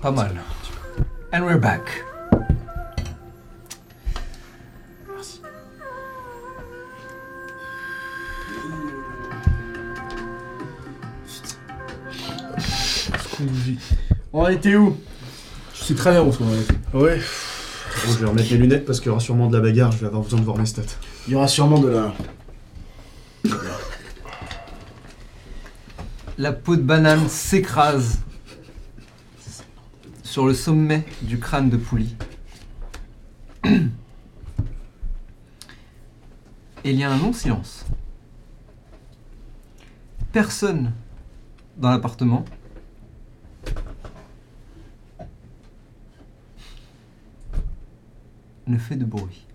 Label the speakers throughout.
Speaker 1: Pas mal. And we're back.
Speaker 2: Merci.
Speaker 3: Squeezie.
Speaker 2: On était où
Speaker 3: Je suis très bien où ce qu'on avait.
Speaker 2: Ouais.
Speaker 4: Bon, je vais remettre mes lunettes parce qu'il y aura sûrement de la bagarre, je vais avoir besoin de voir mes stats.
Speaker 2: Il y aura sûrement de la.
Speaker 1: La peau de banane s'écrase sur le sommet du crâne de Pouli. Et il y a un long silence. Personne dans l'appartement. ne fait de bruit.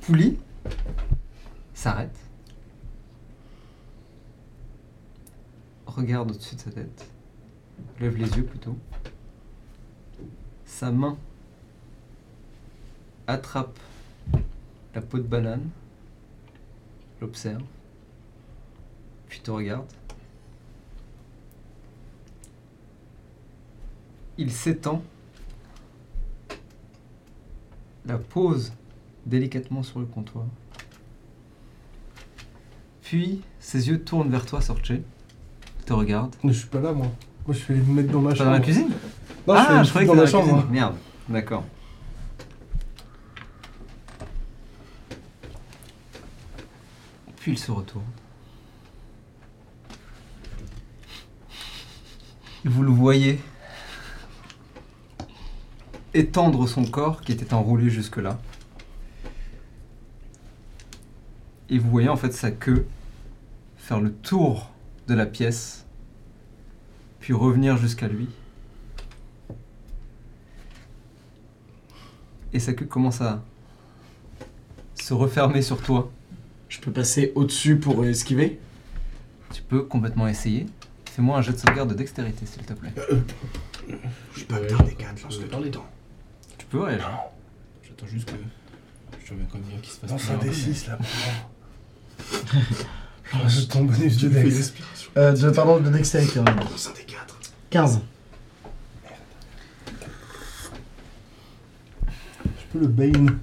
Speaker 1: Pouli s'arrête, regarde au-dessus de sa tête, lève les yeux plutôt. Sa main attrape la peau de banane, l'observe, puis te regarde. Il s'étend, la pose délicatement sur le comptoir. Puis, ses yeux tournent vers toi, Sorche. Il te regarde.
Speaker 3: Je suis pas là, moi. Moi, je suis allé me mettre dans ma
Speaker 1: Pas
Speaker 3: chambre.
Speaker 1: dans la cuisine
Speaker 3: Non,
Speaker 1: Ah, je
Speaker 3: je suis allé
Speaker 1: croyais
Speaker 3: me
Speaker 1: que
Speaker 3: foutre dans ma
Speaker 1: c'était dans la
Speaker 3: chambre.
Speaker 1: cuisine.
Speaker 3: moi.
Speaker 1: Merde, d'accord. Puis il se retourne. Et vous le voyez étendre son corps qui était enroulé jusque-là. Et vous voyez en fait sa queue faire le tour de la pièce, puis revenir jusqu'à lui. et sa queue commence à se refermer sur toi.
Speaker 2: Je peux passer au-dessus pour euh, esquiver
Speaker 1: Tu peux complètement essayer. Fais-moi un jet de sauvegarde de dextérité, s'il te plaît.
Speaker 4: Je suis pas le temps des cannes, lance le temps.
Speaker 5: parler. Attends,
Speaker 1: Tu peux réagir.
Speaker 5: j'attends juste que. Je veux quand même bien qu'il se passe
Speaker 3: Lance un
Speaker 5: pas.
Speaker 3: D6 là. Lance ton bonus de Dex.
Speaker 6: Euh, de, pardon, de dextérité. hein.
Speaker 4: Lance un des quatre.
Speaker 6: 15.
Speaker 3: Je peux le bane.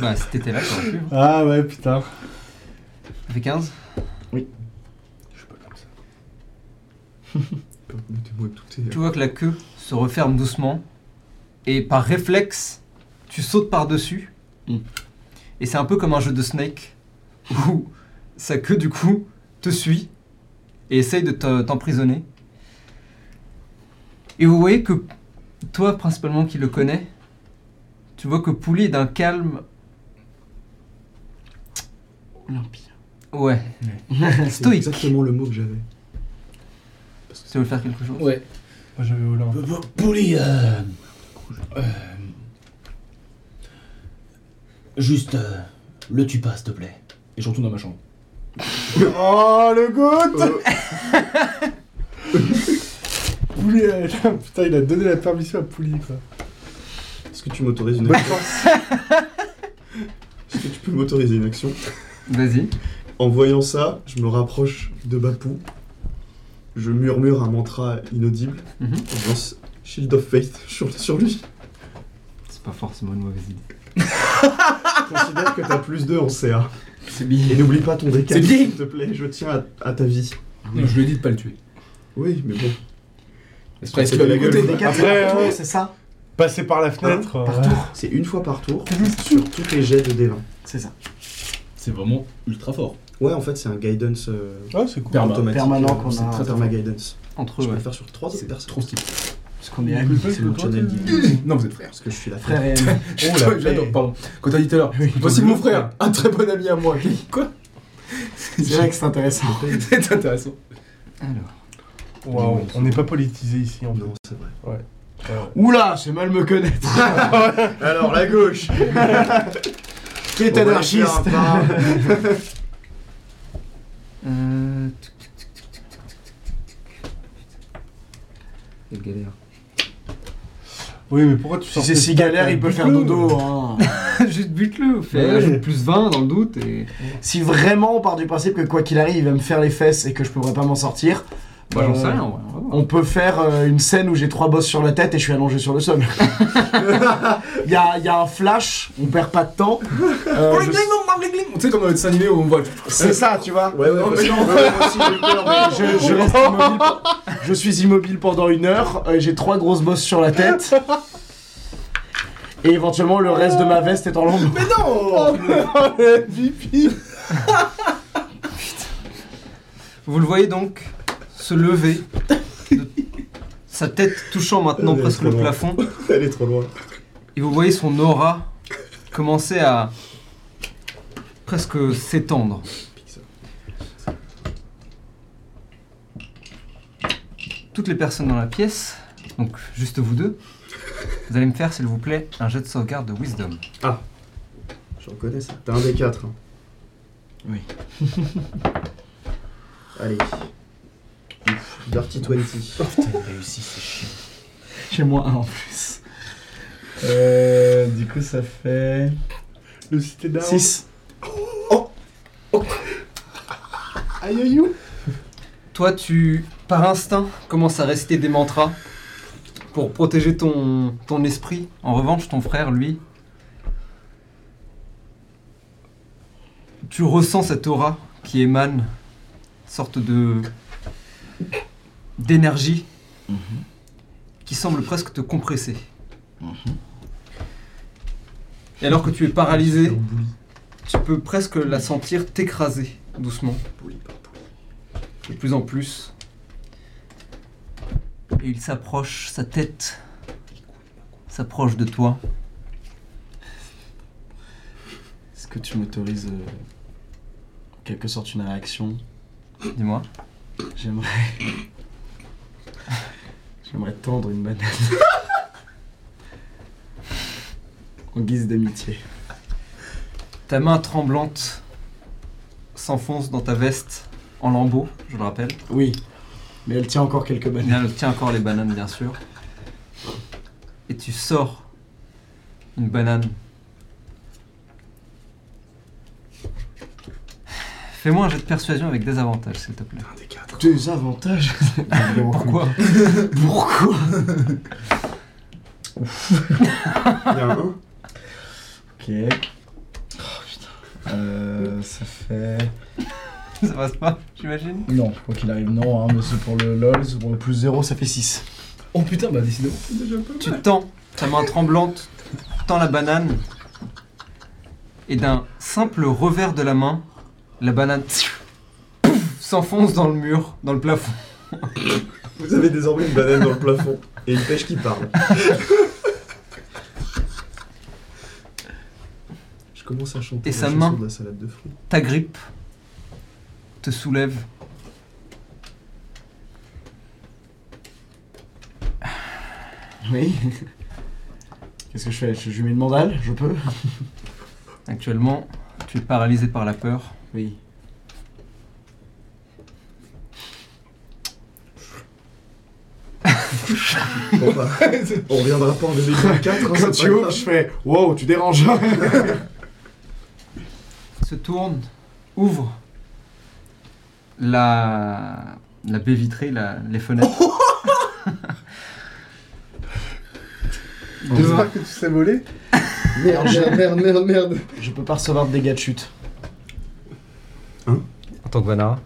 Speaker 1: bah, si t'étais là, t'aurais pu. hein.
Speaker 3: Ah ouais, putain.
Speaker 1: Ça fait 15
Speaker 4: Je suis pas comme ça. Permettez-moi de douter.
Speaker 1: Tu vois que la queue se referme doucement et par réflexe, tu sautes par-dessus.
Speaker 2: Mm.
Speaker 1: Et c'est un peu comme un jeu de Snake où sa queue, du coup, te suit et essaye de te- t'emprisonner. Et vous voyez que toi, principalement, qui le connais, tu vois que Pouli est d'un calme.
Speaker 2: Olympia.
Speaker 1: Ouais.
Speaker 4: C'est
Speaker 1: Stoïque.
Speaker 4: exactement le mot que j'avais.
Speaker 1: Tu veux faire quelque chose
Speaker 5: Ouais.
Speaker 3: Moi j'avais Olympe.
Speaker 5: Pouli. euh, euh, Juste. euh, Le tue pas, s'il te plaît. Et je retourne dans ma chambre.
Speaker 3: Oh le
Speaker 2: Euh.
Speaker 3: goût Poulet, euh, putain, il a donné la permission à Pouli quoi.
Speaker 4: Est-ce que tu m'autorises une action Est-ce que tu peux m'autoriser une action
Speaker 1: Vas-y.
Speaker 4: En voyant ça, je me rapproche de Bapou. Je murmure un mantra inaudible.
Speaker 1: Mhm.
Speaker 4: Je lance Shield of Faith sur, sur lui.
Speaker 1: C'est pas forcément une mauvaise idée.
Speaker 4: Considère que t'as plus 2 en CA.
Speaker 2: C'est
Speaker 4: Et
Speaker 2: bien.
Speaker 4: n'oublie pas ton décal,
Speaker 2: C'est bien.
Speaker 4: s'il te plaît. Je tiens à, à ta vie.
Speaker 5: Non, je lui ai dit de pas le tuer.
Speaker 4: Oui, mais bon.
Speaker 2: C'est
Speaker 4: presque le goûter des
Speaker 3: quatre. Après, hein.
Speaker 2: Euh, c'est ça
Speaker 3: Passer par la fenêtre. euh,
Speaker 4: C'est une fois par tour sur tous les jets de D20.
Speaker 2: C'est ça.
Speaker 5: C'est vraiment ultra fort.
Speaker 4: Ouais, en fait, c'est un guidance euh,
Speaker 3: Ouais, c'est cool.
Speaker 5: Perma.
Speaker 4: automatique.
Speaker 2: Ah bah, Permanent qu'on
Speaker 4: C'est
Speaker 2: a.
Speaker 4: très perma guidance.
Speaker 1: Entre
Speaker 4: Je
Speaker 1: eux,
Speaker 4: peux
Speaker 1: ouais.
Speaker 4: le faire sur 3 autres personnes.
Speaker 5: Trop stylé.
Speaker 2: Parce qu'on est
Speaker 3: Il
Speaker 2: amis.
Speaker 3: peut pas, il
Speaker 4: c'est
Speaker 3: peut
Speaker 4: mon
Speaker 3: pas,
Speaker 4: channel
Speaker 3: tu-
Speaker 4: divin.
Speaker 5: Non, vous êtes frères.
Speaker 4: Parce que je suis la frère.
Speaker 2: Frère et ami.
Speaker 3: Oh la
Speaker 5: J'adore,
Speaker 3: paix.
Speaker 5: pardon. Quand t'as dit tout à l'heure, voici mon frère, un très bon ami à moi. Quoi
Speaker 2: C'est vrai que c'est intéressant.
Speaker 5: C'est intéressant.
Speaker 1: Alors.
Speaker 3: Waouh, on n'est pas politisé ici en fait.
Speaker 4: Non, c'est vrai.
Speaker 2: Oula, c'est mal me connaître.
Speaker 4: Alors, la gauche
Speaker 2: Qui est
Speaker 4: On va
Speaker 2: anarchiste
Speaker 4: faire un pas.
Speaker 1: Euh... tic, tic, tic, tic, tic, tic, tic, tic, tic. Quelle galère.
Speaker 3: Oui, mais pourquoi tu
Speaker 2: Si
Speaker 3: sors
Speaker 2: c'est
Speaker 3: tes
Speaker 2: si
Speaker 3: stats,
Speaker 2: galère,
Speaker 3: hein,
Speaker 2: il peut
Speaker 3: dis-le.
Speaker 2: faire dodo. hein.
Speaker 1: Juste bute-le, fais
Speaker 3: Ouais.
Speaker 1: ajoute plus 20 dans le doute et.
Speaker 2: si vraiment on part du principe que quoi qu'il arrive, il va me faire les fesses et que je pourrais pas m'en sortir,
Speaker 1: Moi bah, j'en sais
Speaker 2: Euh,
Speaker 1: rien, ouais, on va voir.
Speaker 2: on peut faire euh, une scène où j'ai trois bosses sur la tête et je suis allongé sur le sol. Il y, a, il y a un flash, on perd pas de temps. Euh, je-
Speaker 3: Tu sais, comme dans les dessins animés où on voit.
Speaker 2: C'est ça, tu vois.
Speaker 4: Ouais, ouais,
Speaker 2: Non,
Speaker 4: parce
Speaker 2: mais
Speaker 4: que-
Speaker 2: non,
Speaker 4: ouais, moi aussi, j'ai eu peur, mais-
Speaker 2: Je, je reste immobile. Je suis immobile pendant une heure. euh, J'ai trois grosses bosses sur la tête. Et éventuellement, le reste de ma veste est en lambeaux.
Speaker 4: Mais
Speaker 3: Oh,
Speaker 4: non
Speaker 1: Vous le voyez donc se lever, de- sa tête touchant maintenant
Speaker 4: Elle est
Speaker 1: presque le
Speaker 4: trop loin.
Speaker 1: plafond,
Speaker 4: Elle est trop loin.
Speaker 1: et vous voyez son aura commencer à presque s'étendre. Toutes les personnes dans la pièce, donc juste vous deux, vous allez me faire s'il vous plaît un jet de sauvegarde de wisdom.
Speaker 4: J'en connais ça. T'as un des quatre. hein.
Speaker 1: Oui.
Speaker 4: Allez. Ouf, Dirty 20.
Speaker 5: Putain, réussi, c'est chiant.
Speaker 2: Chez moi, un en plus.
Speaker 6: Euh, du coup, ça fait.
Speaker 3: Le cité d'art.
Speaker 2: 6.
Speaker 3: Aïe aïe aïe.
Speaker 1: Toi, tu, par instinct, commences à réciter des mantras pour protéger ton, ton esprit. En revanche, ton frère, lui, tu ressens cette aura qui émane, sorte de d'énergie qui semble presque te compresser. Mhm. Et alors que tu es paralysé, tu peux presque la sentir t'écraser doucement de plus en plus. Et il s'approche, sa tête s'approche de toi.
Speaker 2: Est-ce que tu m'autorises euh, en quelque sorte une réaction
Speaker 1: Dis-moi.
Speaker 2: J'aimerais. J'aimerais tendre une banane. en guise d'amitié.
Speaker 1: Ta main tremblante s'enfonce dans ta veste en lambeaux, je le rappelle.
Speaker 2: Oui. Mais elle tient encore quelques
Speaker 1: Il
Speaker 2: bananes.
Speaker 1: y a- tiens encore les bananes, bien sûr. Et tu sors une banane. Fais-moi un jet de persuasion avec des avantages, s'il te plaît.
Speaker 2: Deux avantages.
Speaker 1: Pourquoi
Speaker 2: Pourquoi
Speaker 4: Il y a un 1.
Speaker 6: Ok. Oh, putain. Euh, ça fait.
Speaker 1: Ça passe pas, j'imagine
Speaker 6: Non, quoi qu'il arrive, non, hein, mais c'est pour le LOL, c'est pour le plus 0, ça fait 6.
Speaker 5: Oh putain, bah décidément.
Speaker 1: Tu tends ta main tremblante, tends la banane, et d'un simple revers de la main, la banane pouf, s'enfonce dans le mur, dans le plafond.
Speaker 4: Vous avez désormais une banane dans le plafond et une pêche qui parle. Je commence à chanter
Speaker 1: Et
Speaker 4: la
Speaker 1: sa
Speaker 4: chanson
Speaker 1: main.
Speaker 4: de la salade de fruits.
Speaker 1: Ta grippe te soulève.
Speaker 2: Oui. Qu'est-ce que je fais Je, je mets une mandale Je peux
Speaker 1: Actuellement, tu es paralysé par la peur.
Speaker 2: Oui.
Speaker 4: Bon, bah, on reviendra pas en 2024. hein,
Speaker 2: Quand
Speaker 4: c'est
Speaker 2: tu
Speaker 4: pas
Speaker 2: ouvres,
Speaker 4: grave.
Speaker 2: je fais Wow, tu déranges
Speaker 1: Se tourne, ouvre la, la baie vitrée, la- les fenêtres.
Speaker 3: J'espère que tu sais voler.
Speaker 4: Merde, merde, merde, merde, merde.
Speaker 2: Je peux pas recevoir de dégâts de chute.
Speaker 1: En tant que Vanara.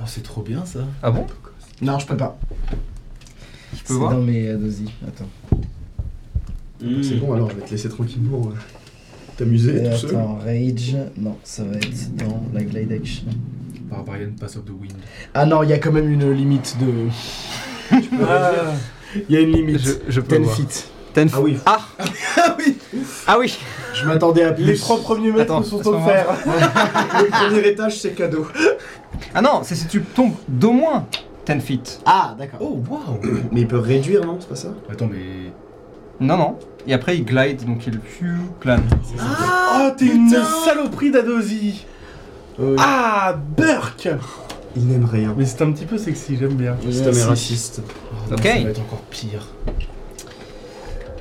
Speaker 5: Oh, c'est trop bien ça.
Speaker 1: Ah bon
Speaker 2: Non, je peux pas.
Speaker 1: Je peux
Speaker 6: C'est
Speaker 1: voir
Speaker 6: dans mes euh, dosi. Attends.
Speaker 4: C'est bon, alors je vais te laisser tranquillement euh, t'amuser
Speaker 6: Et
Speaker 4: tout seul.
Speaker 6: attends, Rage. Non, ça va être dans la Glide Action.
Speaker 5: Barbarian Pass of the Wind.
Speaker 2: Ah non, il y a quand même une limite de.
Speaker 3: Ah,
Speaker 2: Il y a une limite.
Speaker 1: Je, je peux
Speaker 2: 10
Speaker 1: voir.
Speaker 2: feet.
Speaker 1: Ten
Speaker 4: Ah oui.
Speaker 1: Ah Ah oui
Speaker 2: Je m'attendais à plus.
Speaker 3: les trois premiers mètres
Speaker 1: Attends,
Speaker 3: nous sont
Speaker 1: à ce moment-
Speaker 3: offerts.
Speaker 4: Le premier étage, c'est cadeau.
Speaker 1: Ah non, c'est si tu tombes d'au moins 10 feet.
Speaker 2: Ah, d'accord.
Speaker 5: Oh waouh
Speaker 4: Mais il peut réduire, non C'est pas ça
Speaker 5: Attends, mais.
Speaker 1: Non, non. Et après, il glide, donc il pfiou, plane.
Speaker 3: Oh, t'es une saloperie d'Adosi.
Speaker 2: Euh,
Speaker 3: Ah, Burke
Speaker 4: Il n'aime rien.
Speaker 3: Mais c'est un petit peu sexy, j'aime bien.
Speaker 4: C'est
Speaker 2: euh,
Speaker 4: un
Speaker 2: si.
Speaker 4: raciste.
Speaker 5: Oh, non,
Speaker 1: Ok.
Speaker 5: Ça va être encore pire.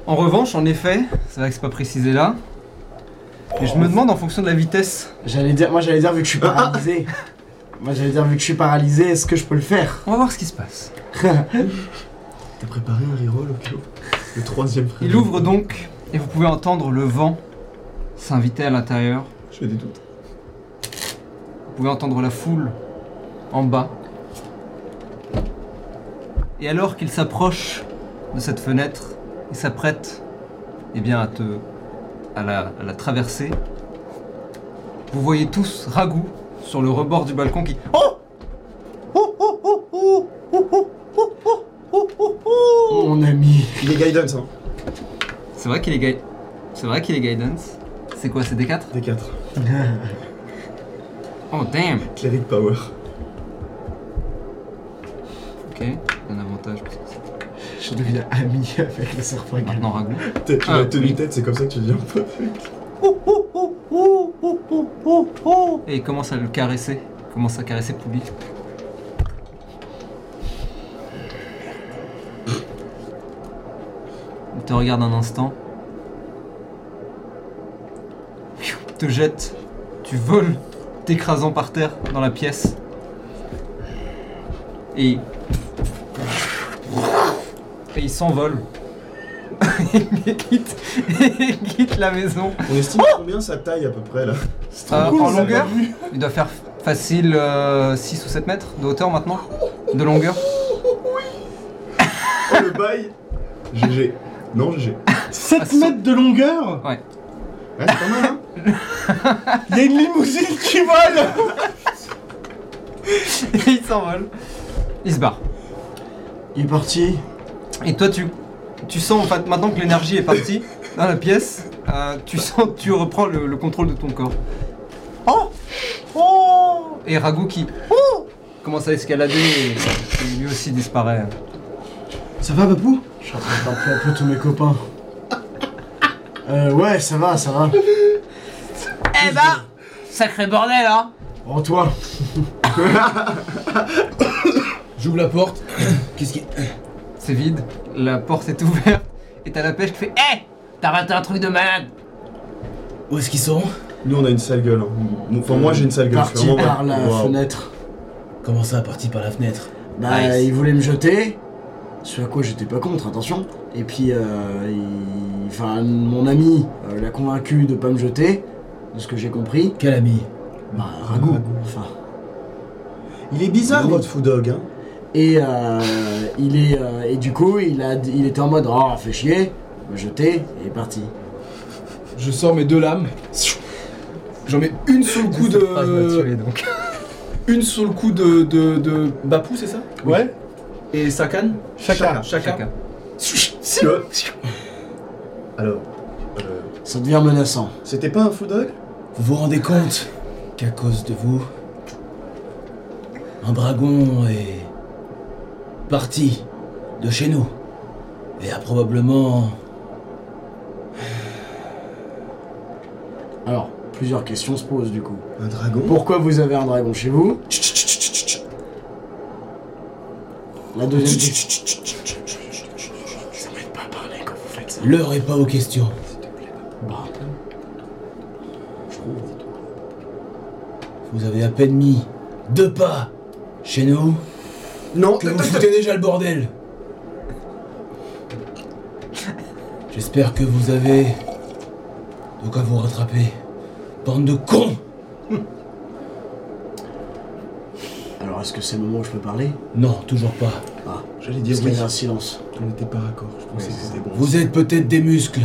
Speaker 1: En revanche, en effet, c'est vrai que c'est pas précisé là. Mais je me demande en fonction de la vitesse.
Speaker 2: J'allais dire, moi j'allais dire vu que je suis paralysé. moi j'allais dire vu que je suis paralysé, est-ce que je peux le faire
Speaker 1: On va voir ce qui se passe.
Speaker 4: T'as préparé un reroll au cas où Le troisième frère.
Speaker 1: Il ouvre donc et vous pouvez entendre le vent s'inviter à l'intérieur.
Speaker 4: Je fais des doutes.
Speaker 1: Vous pouvez entendre la foule en bas. Et alors qu'il s'approche de cette fenêtre, il s'apprête eh bien, à, te, à, la, à la traverser. Vous voyez tous Ragout sur le rebord du balcon qui. Oh Oh oh oh oh Oh oh oh oh oh oh oh
Speaker 2: Mon ami.
Speaker 4: Il est guidance, hein.
Speaker 1: C'est vrai qu'il est guidance. C'est vrai qu'il est guidance. C'est quoi, c'est D4
Speaker 4: Des 4.
Speaker 1: Oh damn
Speaker 4: Cleric Power.
Speaker 1: Ok, un avantage parce que c'est
Speaker 2: Je deviens ami avec le serpent. également.
Speaker 1: maintenant Ragout.
Speaker 4: T'as- Tu
Speaker 1: Ah,
Speaker 4: l'as tenu
Speaker 1: oui.
Speaker 4: tête, c'est comme ça que tu dis un peu.
Speaker 1: Et il commence à le caresser. Il commence à caresser Poubi. Il te regarde un instant. Il te jette. Tu voles, t'écrasant par terre dans la pièce. Et. Et il s'envole. il quitte, il quitte la maison.
Speaker 4: On estime à combien sa taille à peu près là
Speaker 1: Euh, en longueur, il doit faire facile 6 ou 7 mètres de hauteur maintenant De longueur
Speaker 4: Oh le bail GG. Non, GG.
Speaker 6: 7
Speaker 1: Ah,
Speaker 6: mètres de longueur
Speaker 1: Ouais.
Speaker 4: Ouais, c'est pas mal, hein
Speaker 6: Il y a une limousine qui vole
Speaker 1: Et il s'envole. Il se barre.
Speaker 2: Il est parti.
Speaker 1: Et toi, tu, tu sens, en fait, maintenant que l'énergie est partie dans la pièce, euh, tu sens, tu reprends le, le contrôle de ton corps. Oh Oh Et Ragout qui oh commence à escalader et, et lui aussi disparaît.
Speaker 2: Ça va, Babou Je suis en train de taper un peu tous mes copains. Euh, ouais, ça va, ça va.
Speaker 1: Eh bah Sacré bordel, hein
Speaker 2: En toi.
Speaker 5: J'ouvre la porte. Qu'est-ce qui.
Speaker 1: C'est vide, la porte est ouverte, et t'as la pêche qui fait Eh T'as raté un truc de malade
Speaker 5: Où est-ce qu'ils sont
Speaker 4: Nous on a une sale gueule. hein. Bon, Enfin, moi j'ai une sale gueule.
Speaker 2: Parti
Speaker 4: clairement,
Speaker 2: par
Speaker 4: ouais.
Speaker 2: la
Speaker 4: Wow.
Speaker 2: fenêtre.
Speaker 5: Comment ça, parti par la fenêtre
Speaker 2: Bah,
Speaker 1: Nice.
Speaker 2: il voulait me jeter. Ce à quoi j'étais pas contre, attention. Et puis, euh, il- enfin, mon ami euh, l'a convaincu de pas me jeter, de ce que j'ai compris.
Speaker 5: Quel ami
Speaker 2: Bah, ragoût. Enfin.
Speaker 4: Il est bizarre votre food dog. Hein.
Speaker 2: Et euh, il est euh, et du coup il a il était en mode oh fait chier, me jeter et est parti.
Speaker 6: Je sors mes deux lames. J'en mets une sur le coup
Speaker 1: Cette phrase
Speaker 5: Euh,
Speaker 1: m'a
Speaker 6: de.
Speaker 1: tué, donc.
Speaker 6: Une sur le coup de. de, de Bapou, c'est ça
Speaker 2: Ouais.
Speaker 6: Et Sakan
Speaker 4: Chacun.
Speaker 6: Chacun.
Speaker 4: Tu vois Alors, euh,
Speaker 2: Ça devient menaçant.
Speaker 4: c'était pas un food dog
Speaker 5: Vous vous rendez compte qu'à cause de vous, un dragon est parti de chez nous et a probablement
Speaker 2: Alors plusieurs questions se posent du coup.
Speaker 4: Un dragon
Speaker 2: Pourquoi vous avez un dragon chez vous La deuxième question. pas parler quand vous faites ça.
Speaker 5: L'heure est pas aux questions. Vous avez à peine mis deux pas chez nous
Speaker 4: Non,
Speaker 5: que vous foutez déjà le bordel. J'espère que vous avez de quoi vous rattraper. Bande de cons
Speaker 2: Alors est-ce que c'est le moment où je peux parler
Speaker 5: Non, toujours pas.
Speaker 2: Ah,
Speaker 4: j'allais dire
Speaker 2: parce qu'il
Speaker 4: oui.
Speaker 2: y a un silence.
Speaker 4: On était pas raccord, je pensais que c'était bon.
Speaker 5: Vous êtes peut-être des muscles.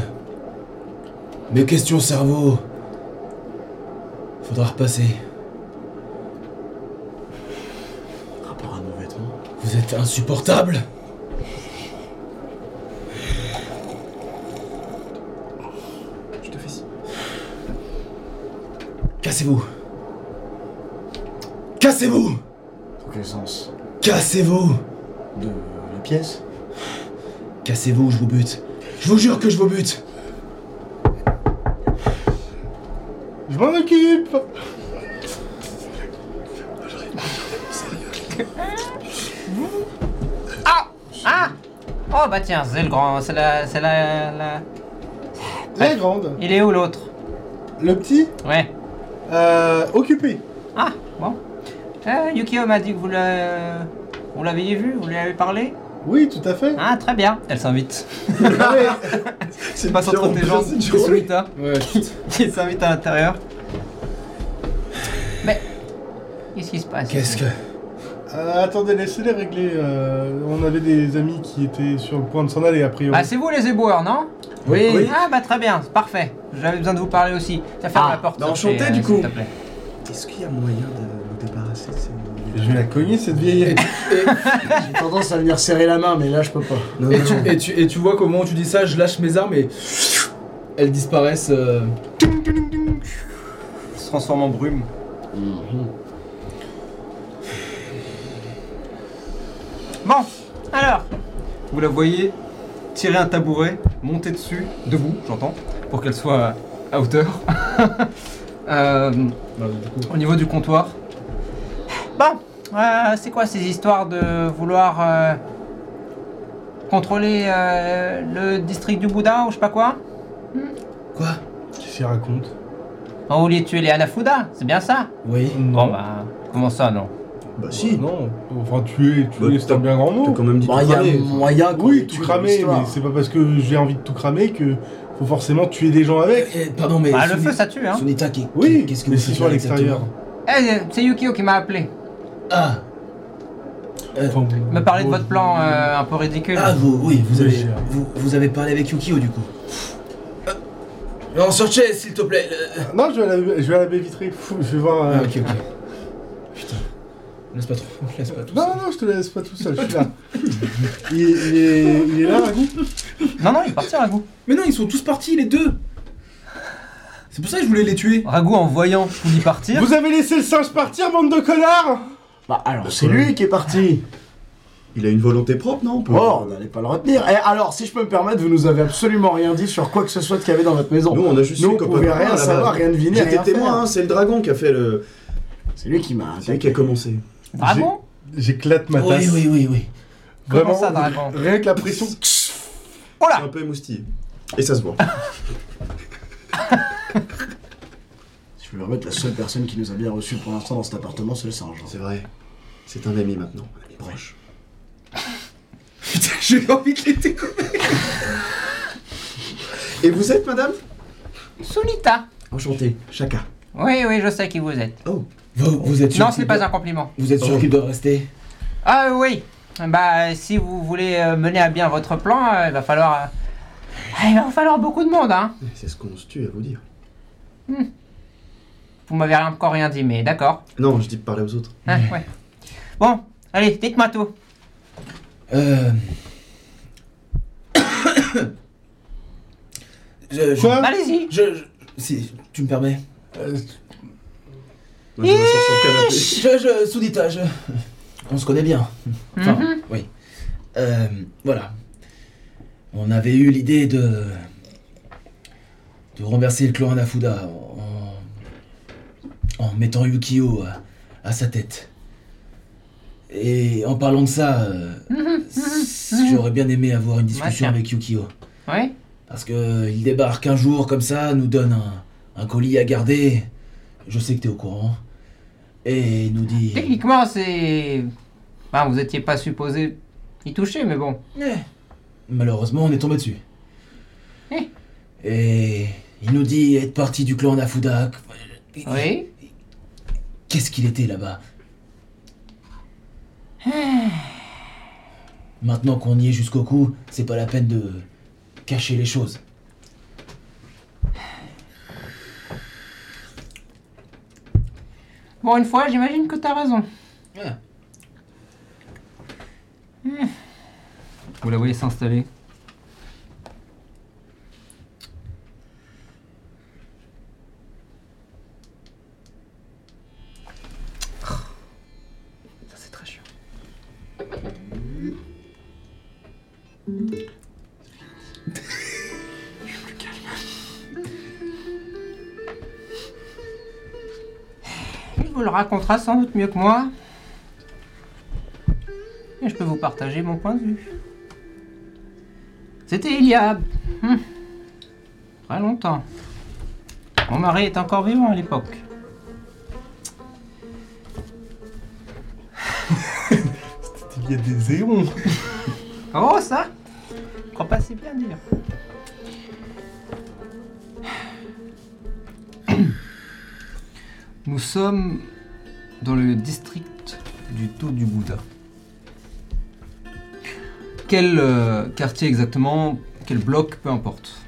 Speaker 5: Mais question cerveau. Faudra repasser.
Speaker 2: Rapport à nos vêtements.
Speaker 5: Vous êtes insupportable.
Speaker 4: Je te fais si.
Speaker 5: Cassez-vous. Cassez-vous.
Speaker 2: Dans quel sens
Speaker 5: Cassez-vous.
Speaker 2: De la pièce
Speaker 5: Cassez-vous ou je vous bute. Je vous jure que je vous bute.
Speaker 6: Je m'en occupe
Speaker 1: Oh bah tiens, c'est le grand, c'est la, c'est la, la-
Speaker 3: La grande.
Speaker 1: Il est où l'autre
Speaker 3: Le petit,
Speaker 1: Ouais.
Speaker 3: euh, occupé.
Speaker 1: Ah bon. Euh, Yukio m'a dit que vous le, vous l'aviez vu, vous lui avez parlé.
Speaker 3: Oui, tout à fait.
Speaker 1: Ah très bien. Elle s'invite.
Speaker 4: C'est
Speaker 7: Passe entre tes jambes,
Speaker 4: c'est
Speaker 7: c'est
Speaker 4: drôle.
Speaker 7: Solita
Speaker 8: Ouais, chut.
Speaker 7: qui s'invite à l'intérieur.
Speaker 1: Qu'est-ce qui se passe
Speaker 8: Qu'est-ce que.
Speaker 3: Euh, attendez, laissez-les régler. euh, on avait des amis qui étaient sur le point de s'en aller, a priori.
Speaker 1: Ah c'est vous les éboueurs, non
Speaker 2: Oui.
Speaker 1: Ah bah très bien, c'est parfait. J'avais besoin de vous parler aussi. Ça ferme
Speaker 2: Ah,
Speaker 1: la porte.
Speaker 2: bah,
Speaker 1: ça
Speaker 2: enchanté,
Speaker 1: fait,
Speaker 2: du
Speaker 1: s'il
Speaker 2: coup.
Speaker 1: te plaît.
Speaker 4: Est-ce qu'il y a moyen de nous débarrasser de ces
Speaker 3: Je vais la cogner, cette vieille.
Speaker 2: J'ai tendance à venir serrer la main, mais là je peux pas.
Speaker 4: Non,
Speaker 8: Et
Speaker 4: non, non.
Speaker 8: tu, et, tu, et tu vois comment tu dis ça, je lâche mes armes et. Elles disparaissent. euh,
Speaker 7: se transforme en brume.
Speaker 1: Bon, alors.
Speaker 7: Vous la voyez tirer un tabouret, monter dessus, debout, j'entends, pour qu'elle soit à hauteur.
Speaker 1: Bah,
Speaker 7: Euh, Au niveau du comptoir,
Speaker 1: Bon, euh, c'est quoi ces histoires de vouloir euh, contrôler euh, le district du Bouddha ou je sais pas quoi
Speaker 8: Quoi
Speaker 3: Qu'est-ce qu'il raconte
Speaker 1: On voulait tuer les Anafuda, c'est bien ça
Speaker 8: Oui.
Speaker 1: Bon bah, comment ça non
Speaker 4: Bah si,
Speaker 3: Non. Enfin, tuer,
Speaker 4: Bah,
Speaker 3: tuer, c'est
Speaker 4: t'as-
Speaker 3: un bien grand
Speaker 4: t'as
Speaker 3: mot.
Speaker 4: quand même dit tout
Speaker 2: Bah, il y a
Speaker 4: cramé.
Speaker 2: moyen qu'on
Speaker 3: Oui,
Speaker 2: ait
Speaker 3: tout
Speaker 2: tué
Speaker 3: cramer,
Speaker 2: l'histoire.
Speaker 3: mais c'est pas parce que j'ai envie de tout cramer que faut forcément tuer des gens avec.
Speaker 5: Eh, pardon, mais.
Speaker 1: Bah le feu
Speaker 5: Suni-
Speaker 1: ça tue hein
Speaker 5: Sunita, qu'est-
Speaker 3: Oui,
Speaker 5: qu'est-ce que
Speaker 3: mais
Speaker 5: vous
Speaker 3: c'est
Speaker 5: faites
Speaker 3: sur
Speaker 5: là
Speaker 3: l'extérieur.
Speaker 5: exactement
Speaker 1: Eh, C'est Yukio qui m'a appelé,
Speaker 5: Ah,
Speaker 3: Enfin,
Speaker 1: me parler de
Speaker 3: bon,
Speaker 1: votre plan euh, un peu ridicule.
Speaker 5: ah, vous, oui, vous
Speaker 3: Oui,
Speaker 5: avez,
Speaker 3: cher.
Speaker 5: vous, vous avez parlé avec Yukio du coup. Euh, Non, sortez, s'il te plaît. le-
Speaker 3: Non, je vais à la, je vais à la baie vitrée. Fou, je vais voir. euh,
Speaker 8: Ah, ok, ok. Putain. Laisse pas trop. Laisse pas tout.
Speaker 3: Non, non, je te laisse pas tout seul, je suis là. il, est- il est, il est là, Ragout
Speaker 1: Non non, il est parti hein, Ragout.
Speaker 8: Mais non, ils sont tous partis, les deux C'est pour ça que je voulais les tuer.
Speaker 7: Ragout en voyant Pouli partir,
Speaker 3: Vous avez laissé le singe partir, bande de connards
Speaker 2: Bah alors c'est
Speaker 4: Ouais.
Speaker 2: lui qui est parti.
Speaker 4: Il a une volonté propre, non on peut-
Speaker 2: Oh, on n'allait pas le retenir. Et alors, si je peux me permettre, vous nous avez absolument rien dit sur quoi que ce soit qu'il y avait dans votre maison.
Speaker 4: Nous, on a juste
Speaker 2: Nous,
Speaker 4: su
Speaker 2: on
Speaker 4: qu'on
Speaker 2: pouvait
Speaker 4: peut pas,
Speaker 2: rien
Speaker 4: là-bas.
Speaker 2: savoir, rien deviner,
Speaker 4: J'étais
Speaker 2: rien
Speaker 4: témoin,
Speaker 2: faire.
Speaker 4: hein, c'est le dragon qui a fait le.
Speaker 2: C'est lui qui m'a
Speaker 4: C'est lui qui a
Speaker 2: attaqué.
Speaker 4: commencé.
Speaker 1: Ah bon
Speaker 3: J'éclate ma tasse.
Speaker 5: Oui, oui, oui, oui.
Speaker 1: Comment
Speaker 3: Vraiment,
Speaker 1: ça dragon
Speaker 3: rien que la pression.
Speaker 1: Oh
Speaker 4: Je
Speaker 1: là
Speaker 4: suis un peu émoustillé. Et ça se voit.
Speaker 2: Je peux me remettre, la seule personne qui nous a bien reçus pour l'instant dans cet appartement, c'est le singe.
Speaker 4: c'est vrai. C'est un ami maintenant, un ami proche.
Speaker 8: Putain, j'ai envie de les découper.
Speaker 4: Et vous êtes, madame
Speaker 1: Sunita
Speaker 4: Enchanté, chacun.
Speaker 1: Oui oui, je sais qui vous êtes.
Speaker 5: Vous, vous êtes sûr
Speaker 1: Non, ce
Speaker 5: qu'il
Speaker 1: n'est pas
Speaker 5: doit-
Speaker 1: un compliment.
Speaker 5: Vous êtes sûr
Speaker 4: Oh.
Speaker 5: qu'ils doivent rester
Speaker 1: Ah oui Bah si vous voulez euh, mener à bien votre plan, euh, il va falloir... euh, ah, il va falloir beaucoup de monde, hein
Speaker 4: C'est ce qu'on se tue à vous dire.
Speaker 1: Vous m'avez rien- encore rien dit, mais d'accord.
Speaker 4: Non, je dis de parler aux autres.
Speaker 1: Hein, ouais. Bon, allez, dites-moi tout.
Speaker 5: Euh. je, je-
Speaker 3: Quoi
Speaker 1: Allez-y.
Speaker 5: je- je- Si tu me permets.
Speaker 3: Euh,
Speaker 4: Moi, je m'assois sur le canapé.
Speaker 5: Je, je, Soudita, je. On se connaît bien. Enfin,
Speaker 1: Mhm.
Speaker 5: oui. Euh, voilà. On avait eu l'idée de. de renverser le clan Anafuda en. en mettant Yukio à, à sa tête. Et en parlant de ça, euh, j'aurais bien aimé avoir une discussion
Speaker 1: Mhm. tiens.
Speaker 5: avec Yukio.
Speaker 1: Oui
Speaker 5: Parce que euh, il débarque un jour comme ça, nous donne un, un colis à garder. Je sais que t'es au courant. Et il nous dit.
Speaker 1: Techniquement, c'est... Bah, vous étiez pas supposé y toucher, mais bon.
Speaker 5: Eh, Malheureusement, on est tombé dessus.
Speaker 1: Eh.
Speaker 5: Et il nous dit être parti du clan Nafuda.
Speaker 1: Oui
Speaker 5: Qu'est-ce qu'il était là-bas Maintenant qu'on y est jusqu'au cou, c'est pas la peine de cacher les choses.
Speaker 1: Bon, une fois, j'imagine que t'as raison. Ah.
Speaker 7: vous la voyez s'installer. Ça c'est très chiant.
Speaker 1: Il vous le racontera sans doute mieux que moi. Et je peux vous partager mon point de vue.
Speaker 9: C'était il y a. hmm, très longtemps. Mon mari est encore vivant à l'époque.
Speaker 3: Il y a des éons.
Speaker 9: Oh, ça Je crois pas si bien dire.
Speaker 1: Nous sommes dans le district du Taux du Bouddha. Quel euh, quartier exactement, quel bloc, peu importe.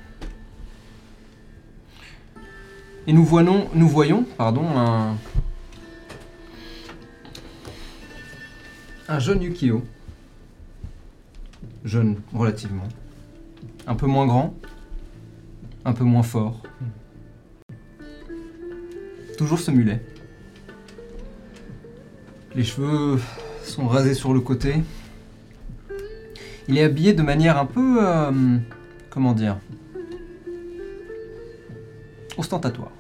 Speaker 1: Et nous voyons, nous voyons pardon, un, un jeune Yukio. Jeune, relativement. Un peu moins grand, un peu moins fort. Toujours ce mulet. Les cheveux sont rasés sur le côté. Il est habillé de manière un peu... euh, comment dire Ostentatoire.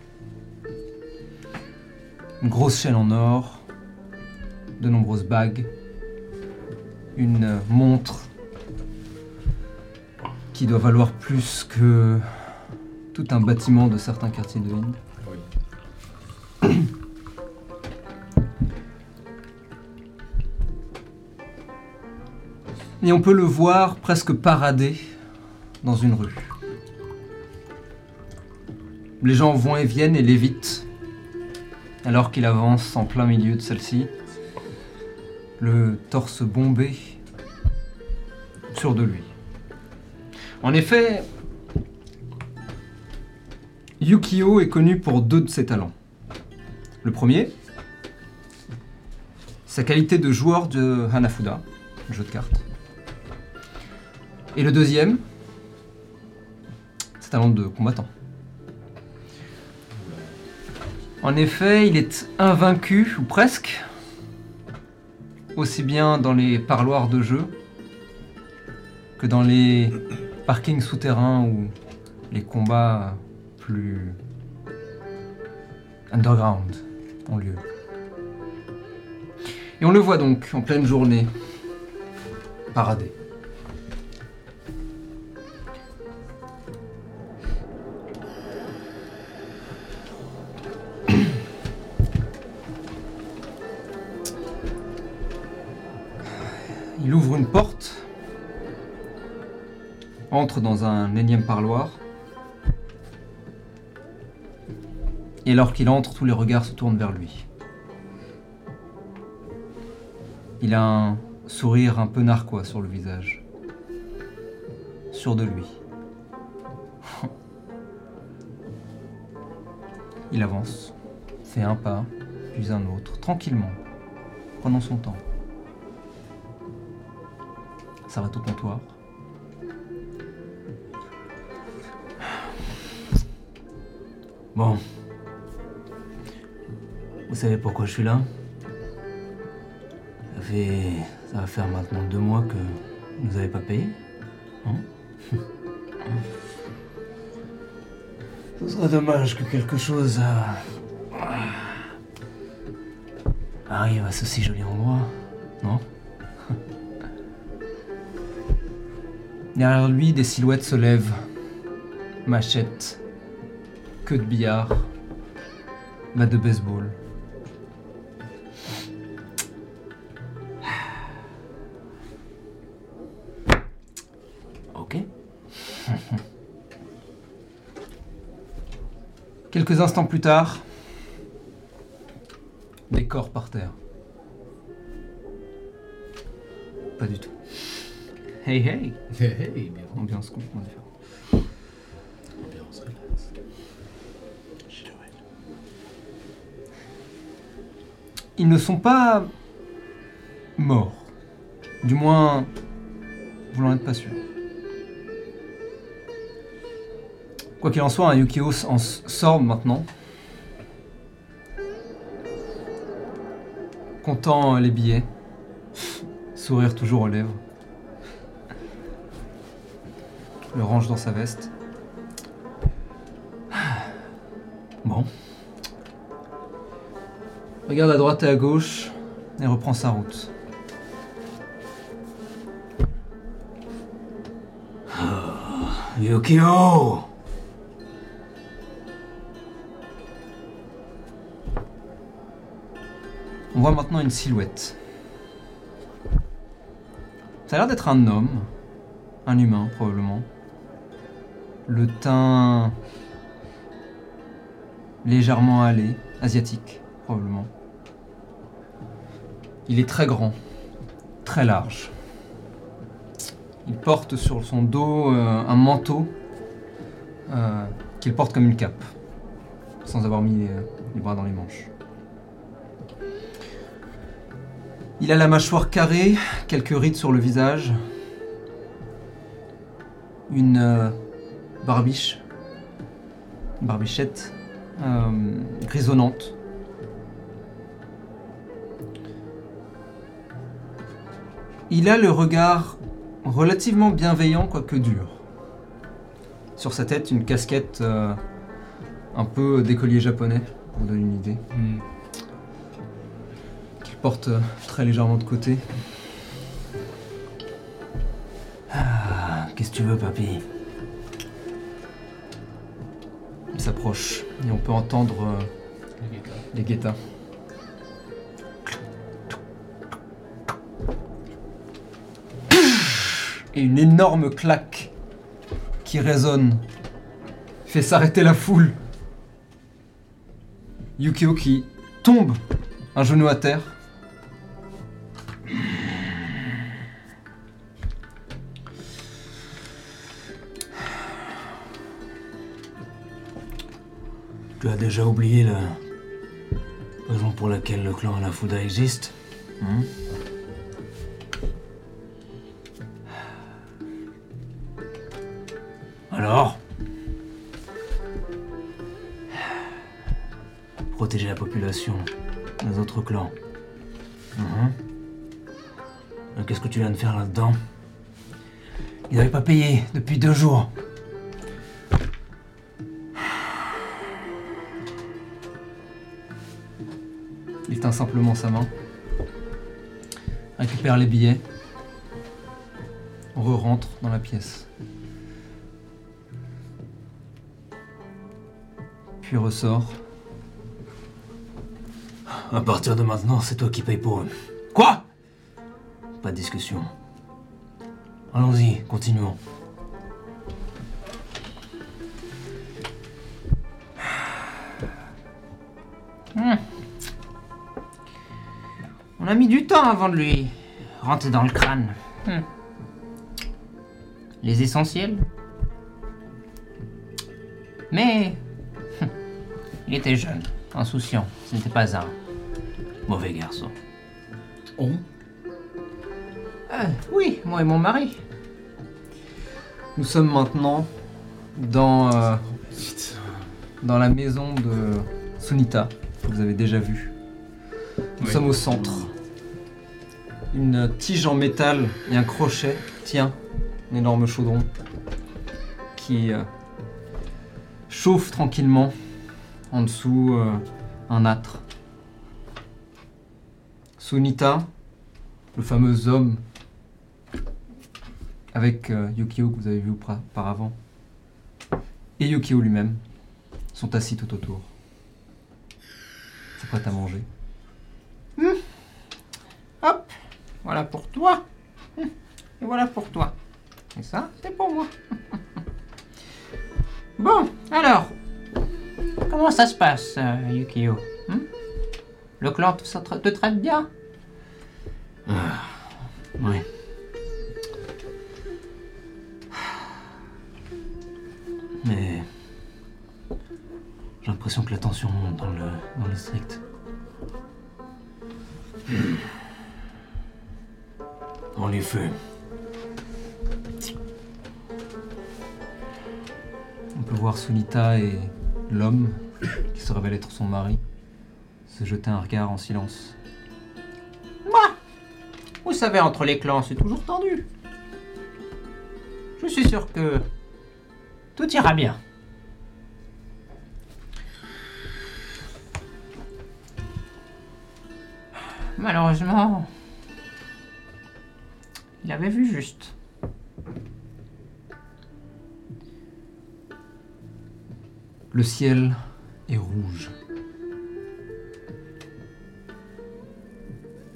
Speaker 1: Une grosse chaîne en or, de nombreuses bagues, une euh, montre qui doit valoir plus que tout un bâtiment de certains quartiers de l'île. Et on peut le voir presque parader dans une rue. Les gens vont et viennent et l'évitent, alors qu'il avance en plein milieu de celle-ci, le torse bombé, sûr de lui. En effet, Yukio est connu pour deux de ses talents. Le premier, sa qualité de joueur de Hanafuda, jeu de cartes. Et le deuxième, c'est un nom de combattant. En effet, il est invaincu, ou presque, aussi bien dans les parloirs de jeu que dans les parkings souterrains ou les combats plus underground ont lieu. Et on le voit donc en pleine journée parader. Il ouvre une porte, entre dans un énième parloir, et alors qu'il entre, tous les regards se tournent vers lui. Il a un sourire un peu narquois sur le visage, sûr de lui. Il avance, fait un pas, puis un autre, tranquillement, prenant son temps s'arrête au comptoir. Bon. Vous savez pourquoi je suis là ça, fait... ça va faire maintenant deux mois que vous n'avez pas payé. Hein Ce serait dommage que quelque chose euh, arrive à ce si joli endroit, non Derrière lui, des silhouettes se lèvent. Machette, queue de billard, bat de baseball. Ok. Quelques instants plus tard, des corps par terre. Pas du tout. Hey hey
Speaker 5: Hey, bien bon.
Speaker 1: Ambiance complètement différente.
Speaker 5: Ambiance, relax.
Speaker 1: Ils ne sont pas morts. Du moins, vous n'en êtes pas sûr. Quoi qu'il en soit, un Yukio s- en s- sort maintenant. Comptant euh, les billets. Sourire toujours aux lèvres. Le range dans sa veste. Bon. Regarde à droite et à gauche et reprend sa route. Ah. Yukio On voit maintenant une silhouette. Ça a l'air d'être un homme, un humain probablement. Le teint légèrement hâlé, asiatique probablement. Il est très grand, très large. Il porte sur son dos euh, un manteau euh, qu'il porte comme une cape, sans avoir mis euh, les bras dans les manches. Il a la mâchoire carrée, quelques rides sur le visage, une euh, barbiche, une barbichette euh, grisonnante. Il a le regard relativement bienveillant, quoique dur. Sur sa tête, une casquette euh, un peu d'écolier japonais, pour vous donner une idée,
Speaker 6: Hmm.
Speaker 1: qu'il porte euh, très légèrement de côté.
Speaker 9: Ah, Qu'est-ce que tu veux, papy
Speaker 1: Il s'approche et on peut entendre euh, les guettas. Et une énorme claque qui résonne fait s'arrêter la foule. Yukio qui tombe un genou à terre.
Speaker 9: Tu as déjà oublié la raison pour laquelle le clan Alafuda existe hein?
Speaker 1: Hmm.
Speaker 9: Alors Protéger la population des autres clans. Mhm. Euh, Qu'est-ce que tu viens de faire là-dedans Ils n'avaient pas payé depuis deux jours.
Speaker 1: Il tint simplement sa main. Récupère les billets. Re-rentre dans la pièce. Puis ressort.
Speaker 9: À partir de maintenant, c'est toi qui payes pour eux. Quoi Pas de discussion. Allons-y, continuons.
Speaker 10: Hmm. On a mis du temps avant de lui rentrer dans le crâne. Hmm. Les essentiels. Mais hum, il était jeune, insouciant. Ce n'était pas un mauvais garçon.
Speaker 5: On
Speaker 10: Ah, oui, moi et mon mari.
Speaker 1: Nous sommes maintenant dans, euh, dans la maison de Sunita, que vous avez déjà vue. Nous sommes au centre. Une tige en métal et un crochet tient un énorme chaudron qui euh, chauffe tranquillement en dessous euh, un âtre. Sunita, le fameux homme avec euh, Yukio que vous avez vu aupra- auparavant, et Yukio lui-même, sont assis tout autour. C'est prêt à manger.
Speaker 10: Hum. Voilà pour toi. Hum, Et voilà pour toi. Et ça, c'est pour moi. Bon, alors, comment ça se passe, euh, Yukio hum Le clan te, ça te- te traite bien
Speaker 9: Oui. Mais. J'ai l'impression que la tension monte dans le, dans le district. En effet.
Speaker 1: On peut voir Sunita et l'homme, qui se révèle être son mari, se jeter un regard en silence.
Speaker 10: Vous savez, entre les clans, c'est toujours tendu. Je suis sûr que tout ira bien. Malheureusement, il avait vu juste.
Speaker 1: Le ciel est rouge.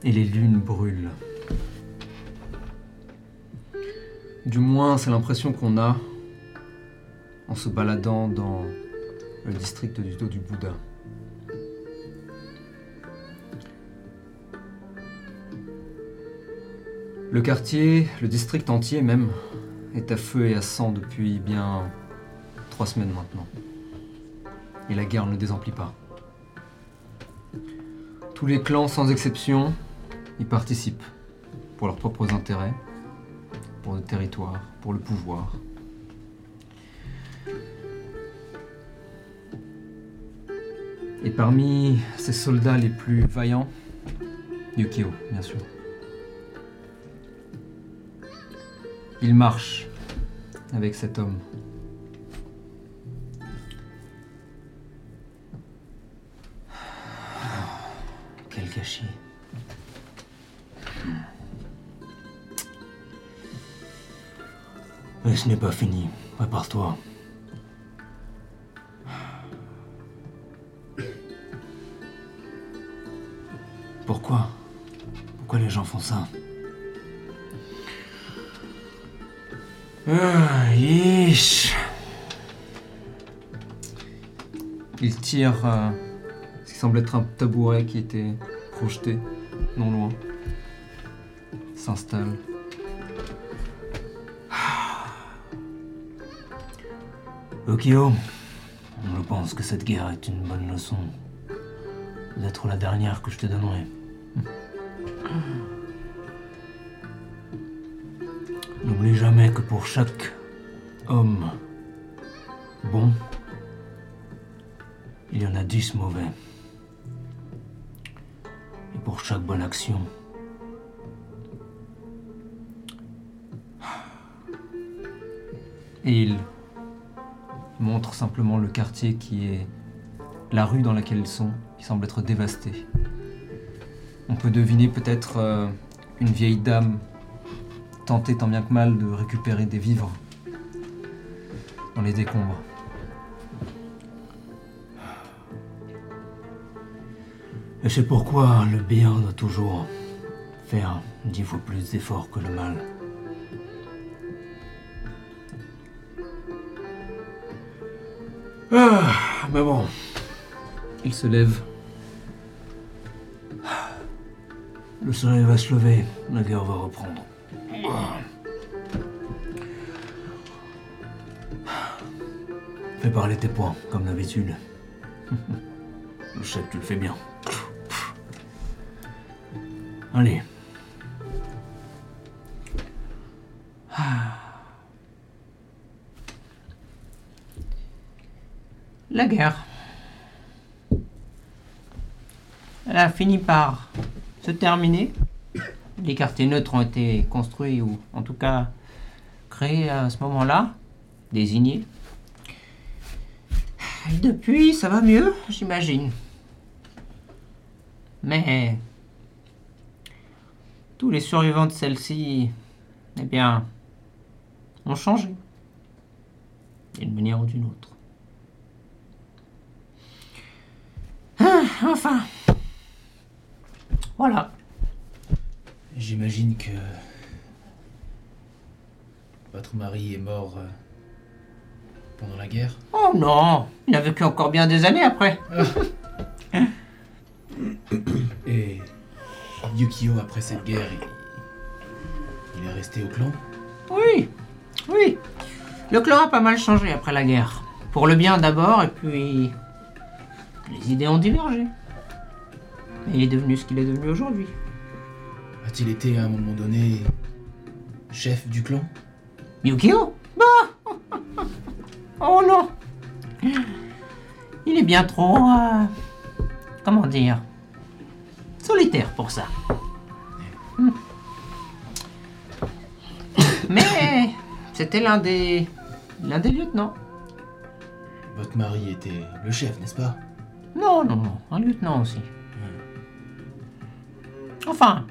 Speaker 1: Et les lunes brûlent. Du moins, c'est l'impression qu'on a en se baladant dans le district du dos du Bouddha. Le quartier, le district entier même, est à feu et à sang depuis bien trois semaines maintenant. Et la guerre ne désemplit pas. Tous les clans, sans exception, y participent pour leurs propres intérêts, pour le territoire, pour le pouvoir. Et parmi ces soldats les plus vaillants, Yukio, bien sûr. Il marche avec cet homme.
Speaker 9: Quel gâchis. Mais ce n'est pas fini. Prépare-toi. Pourquoi Pourquoi les gens font ça Ah, yeesh.
Speaker 1: Il tire euh, ce qui semble être un tabouret qui était projeté non loin. S'installe.
Speaker 9: Okio, Euh, je pense que cette guerre est une bonne leçon. D'être la dernière que je te donnerai. Hmm. N'oublie jamais que pour chaque homme bon, il y en a dix mauvais. Et pour chaque bonne action,
Speaker 1: Et il montre simplement le quartier qui est la rue dans laquelle ils sont, qui semble être dévastée. On peut deviner peut-être euh, une vieille dame tenter tant bien que mal de récupérer des vivres dans les décombres.
Speaker 9: Et c'est pourquoi le bien doit toujours faire dix fois plus d'efforts que le mal. Ah, mais bon,
Speaker 1: Il se lève.
Speaker 9: le soleil va se lever, la guerre va reprendre. Fais parler tes points, comme d'habitude. Je sais que tu le fais bien. Allez.
Speaker 10: La guerre. Elle a fini par se terminer. Les quartiers neutres ont été construits, ou en tout cas créés à ce moment-là, désignés. Et depuis, ça va mieux, j'imagine. Mais tous les survivants de celle-ci, eh bien, ont changé. D'une manière ou d'une autre. Ah, Enfin. Voilà.
Speaker 5: J'imagine que votre mari est mort euh, pendant la guerre.
Speaker 10: Oh non, il a vécu encore bien des années après.
Speaker 5: Et Yukio, après cette guerre, il, il est resté au clan.
Speaker 10: Oui, oui. Le clan a pas mal changé après la guerre. Pour le bien d'abord, et puis. Les idées ont divergé. Mais il est devenu ce qu'il est devenu aujourd'hui.
Speaker 5: A-t-il été à un moment donné chef du clan
Speaker 10: Yukio Bah Oh non Il est bien trop. euh, comment dire Solitaire pour ça. Hmm. Mais c'était l'un des. l'un des lieutenants.
Speaker 5: Votre mari était le chef, n'est-ce pas
Speaker 10: Non, non, non, un lieutenant aussi. Enfin,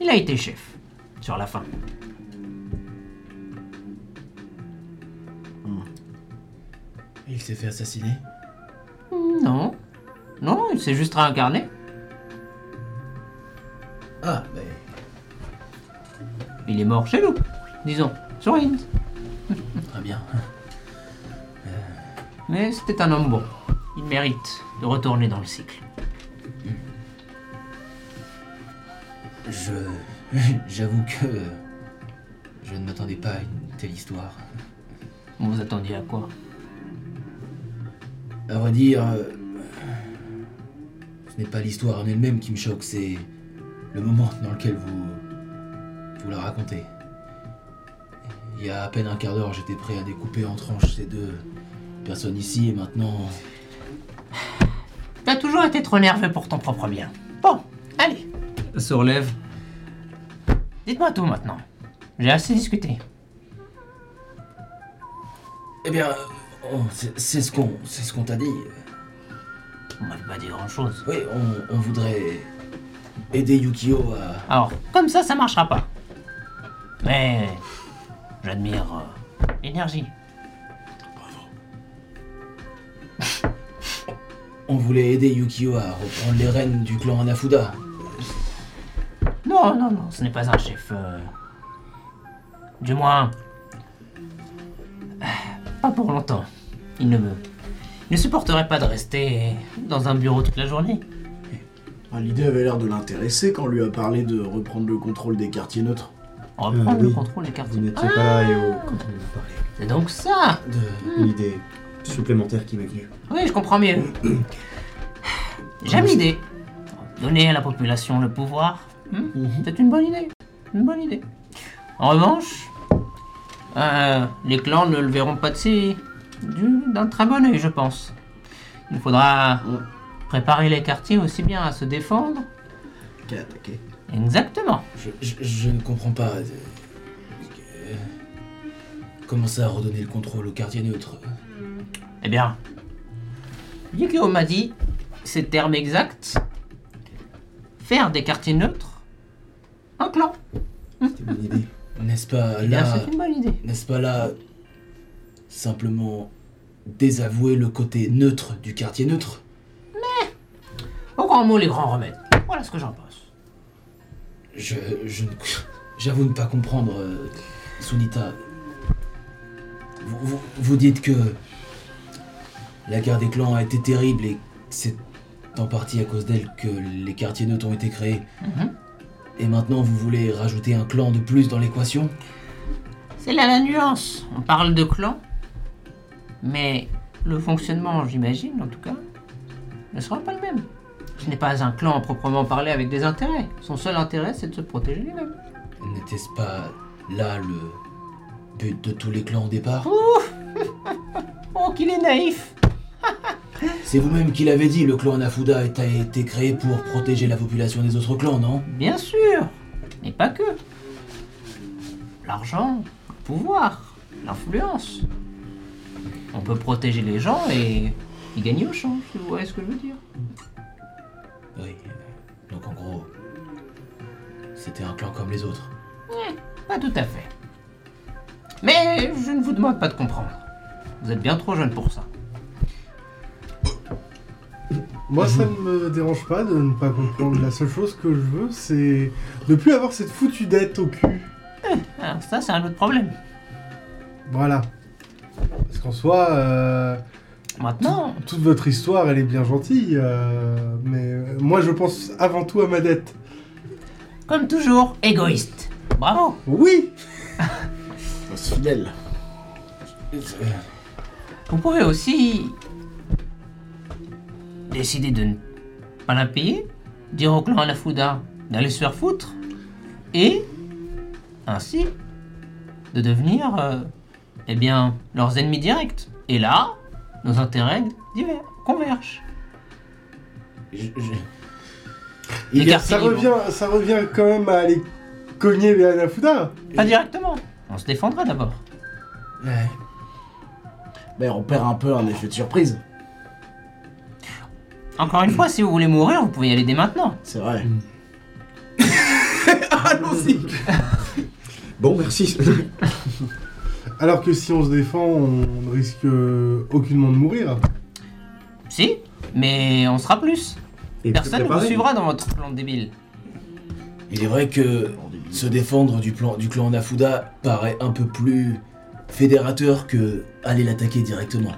Speaker 10: il a été chef, sur la fin.
Speaker 5: Il s'est fait assassiner
Speaker 10: Non. Non, il s'est juste réincarné.
Speaker 5: Ah, bah,
Speaker 10: Il est mort chez nous, disons, sur Inde.
Speaker 5: très bien.
Speaker 10: Mais c'était un homme bon. Il mérite de retourner dans le cycle.
Speaker 5: Je. J'avoue que. Je ne m'attendais pas à une telle histoire.
Speaker 10: Vous vous attendiez à quoi
Speaker 5: À vrai dire. euh, Ce n'est pas l'histoire en elle-même qui me choque, c'est le moment dans lequel vous. vous la racontez. Il y a à peine un quart d'heure, j'étais prêt à découper en tranches ces deux personnes ici et maintenant.
Speaker 10: T'as toujours été trop nerveux pour ton propre bien. Bon, allez.
Speaker 1: Elle se relève.
Speaker 10: Dites-moi tout maintenant. J'ai assez discuté.
Speaker 5: Eh bien, oh, c'est c'est ce qu'on c'est ce qu'on t'a dit.
Speaker 10: Vous m'avez pas dit grand-chose.
Speaker 5: Oui, on, on voudrait aider Yukio à.
Speaker 10: Alors, comme ça, ça marchera pas. Mais j'admire euh, l'énergie.
Speaker 5: On voulait aider Yukio à reprendre les rênes du clan Anafuda.
Speaker 10: Non, non, non, ce n'est pas un chef. euh, Du moins. euh, Pas pour longtemps. Il ne me. Il ne supporterait pas de rester dans un bureau toute la journée.
Speaker 2: Ah, L'idée avait l'air de l'intéresser quand on lui a parlé de reprendre le contrôle des quartiers neutres.
Speaker 10: Reprendre
Speaker 4: Euh,
Speaker 10: le
Speaker 4: oui.
Speaker 10: contrôle des cartes.
Speaker 4: Vous n'étiez pas là et au- quand on en parlait.
Speaker 10: C'est donc ça
Speaker 5: De...
Speaker 4: Une idée supplémentaire qui m'est venue.
Speaker 10: Oui, je comprends mieux. J'aime l'idée. Donner à la population le pouvoir, hmm, c'est une bonne idée. Une bonne idée. En revanche, euh, les clans ne le verront pas de si du- d'un très bon œil, je pense. Il faudra préparer les quartiers aussi bien à se défendre.
Speaker 2: Qu'à attaquer.
Speaker 10: Exactement.
Speaker 5: Je, je- je ne comprends pas. euh, euh, Comment ça redonner le contrôle au quartier neutre
Speaker 10: Eh bien, Yukio m'a dit, ces termes exacts, faire des quartiers neutres un clan.
Speaker 4: C'était mon idée.
Speaker 5: N'est-ce pas
Speaker 10: Eh bien,
Speaker 5: là
Speaker 10: c'est une bonne idée.
Speaker 5: N'est-ce pas là simplement désavouer le côté neutre du quartier neutre
Speaker 10: Au grand mot, les grands remèdes. Voilà ce que j'en pense.
Speaker 5: Je, je ne- j'avoue ne pas comprendre, euh, Sunita. Vous, vous- vous dites que la guerre des clans a été terrible et que c'est en partie à cause d'elle que les quartiers neutres ont été créés.
Speaker 10: Mhm.
Speaker 5: Et maintenant, vous voulez rajouter un clan de plus dans l'équation
Speaker 10: C'est là la nuance. On parle de clan, mais le fonctionnement, j'imagine, en tout cas, ne sera pas le même. Ce n'est pas un clan à proprement parler avec des intérêts. Son seul intérêt, c'est de se protéger lui-même.
Speaker 5: N'était-ce pas là le but de tous les clans au départ
Speaker 10: Oh, qu'il est naïf
Speaker 5: C'est vous-même qui l'avez dit, le clan Nafuda a été créé pour protéger la population des autres clans, non
Speaker 10: Bien sûr Mais pas que. L'argent, le pouvoir, l'influence. On peut protéger les gens et y gagner au change, si vous voyez ce que je veux dire.
Speaker 5: Oui. Donc en gros, c'était un clan comme les autres.
Speaker 10: Pas tout à fait. Mais je ne vous demande pas de comprendre. Vous êtes bien trop jeune pour ça.
Speaker 3: Moi, ça ne me dérange pas de ne pas comprendre. La seule chose que je veux, c'est ne plus avoir cette foutue dette au cul.
Speaker 10: Ah, ça, c'est un autre problème.
Speaker 3: Voilà. Parce qu'en soi, euh,
Speaker 10: Maintenant,
Speaker 3: toute votre histoire, elle est bien gentille. euh, mais euh, moi, je pense avant tout à ma dette.
Speaker 10: comme toujours, égoïste. Bravo.
Speaker 3: Oui
Speaker 2: Ça se fidèle.
Speaker 10: Vous pouvez aussi décider de ne pas la payer, dire au clan à la fouda d'aller se faire foutre, et ainsi de devenir, euh, eh bien, leurs ennemis directs. Et là, nos intérêts divers, convergent.
Speaker 5: Je- je-
Speaker 10: Les quartiers
Speaker 3: ça
Speaker 10: libres.
Speaker 3: revient, ça revient quand même à aller cogner les Anafuda.
Speaker 10: Pas directement. On se défendra d'abord.
Speaker 5: Ouais.
Speaker 2: Ben, on perd un peu un effet de surprise.
Speaker 10: Encore une fois, si vous voulez mourir, vous pouvez y aller dès maintenant.
Speaker 2: C'est vrai.
Speaker 4: Bon, merci.
Speaker 3: Alors que si on se défend, on ne risque euh, aucunement de mourir.
Speaker 10: Si, mais on sera plus.
Speaker 4: Et
Speaker 10: Personne ne vous
Speaker 4: préparez.
Speaker 10: suivra dans votre plan débile.
Speaker 5: Il est vrai que se défendre du, plan, du clan Nafuda paraît un peu plus fédérateur que aller l'attaquer directement.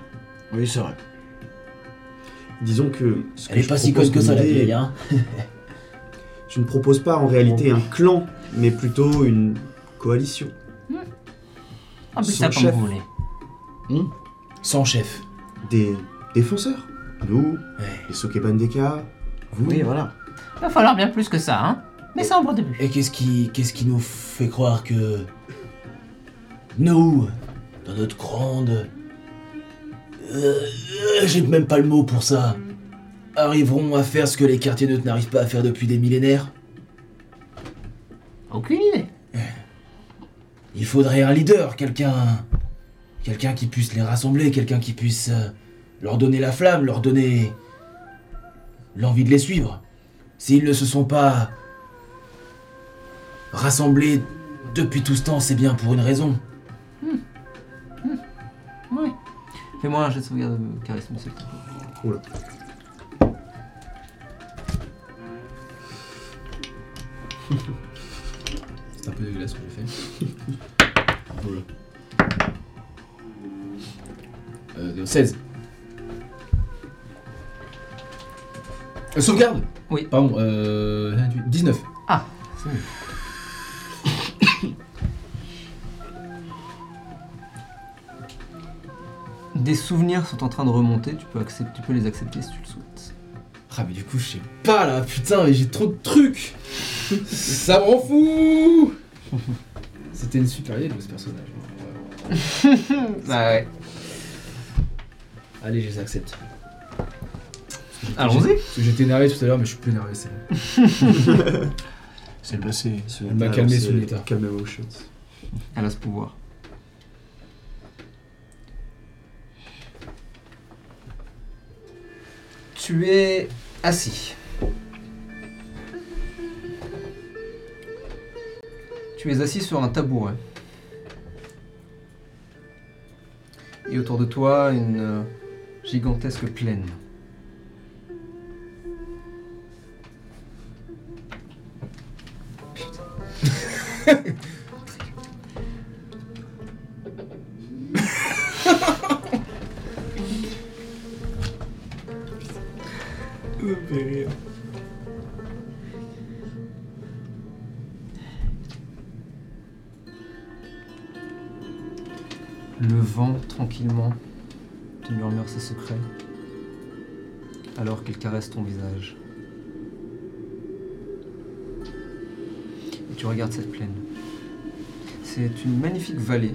Speaker 2: Oui, c'est vrai.
Speaker 4: Disons que. ce que
Speaker 5: Elle est
Speaker 4: je
Speaker 5: pas si
Speaker 4: propose
Speaker 5: conne que ça, la
Speaker 4: comme idée,
Speaker 5: vieille, hein.
Speaker 4: Je ne propose pas en réalité un clan, mais plutôt une coalition.
Speaker 10: Appelez
Speaker 4: Son
Speaker 10: ça comme
Speaker 4: chef.
Speaker 10: vous voulez.
Speaker 5: Sans chef.
Speaker 4: Des défenseurs. Nous,
Speaker 5: Ouais.
Speaker 4: les Sokebandeka, vous.
Speaker 2: Oui, voilà.
Speaker 10: Il va falloir bien plus que ça, hein. Mais c'est un bon début.
Speaker 5: Et qu'est-ce qui, qu'est-ce qui nous fait croire que nous, dans notre grande, Euh, euh, j'ai même pas le mot pour ça, arriverons à faire ce que les quartiers neutres n'arrivent pas à faire depuis des millénaires
Speaker 10: Aucune idée.
Speaker 5: Il faudrait un leader, quelqu'un, quelqu'un qui puisse les rassembler, quelqu'un qui puisse euh, leur donner la flamme, leur donner l'envie de les suivre. S'ils ne se sont pas rassemblés depuis tout ce temps, c'est bien pour une raison.
Speaker 10: Oui. Fais-moi un jet de sauvegarde de charisme, s'il te plaît.
Speaker 4: Oula.
Speaker 6: C'est un peu dégueulasse ce qu'on a fait. Euh, 16. Euh, sauvegarde
Speaker 10: Oui.
Speaker 6: Pardon, euh, 28, 19.
Speaker 10: Ah,
Speaker 1: Des souvenirs sont en train de remonter, tu peux, accepter, tu peux les accepter si tu le souhaites.
Speaker 6: Ah mais du coup je sais pas là, putain mais j'ai trop de trucs Ça m'en fout C'était une super idée de ce personnage. Ouais.
Speaker 1: Bah ouais.
Speaker 6: Allez je les accepte.
Speaker 1: Allons-y.
Speaker 6: Parce que J'étais énervé tout à l'heure mais je suis plus énervé c'est bon.
Speaker 4: C'est le passé.
Speaker 6: Elle m'a calmé sous le guitare.
Speaker 4: Calm emotions.
Speaker 5: Euh.
Speaker 1: Elle a ce pouvoir. Tu es assis. Tu es assis sur un tabouret. Et autour de toi, une euh, gigantesque plaine. Le vent, tranquillement, te murmure ses secrets, alors qu'il caresse ton visage. Et tu regardes cette plaine. C'est une magnifique vallée,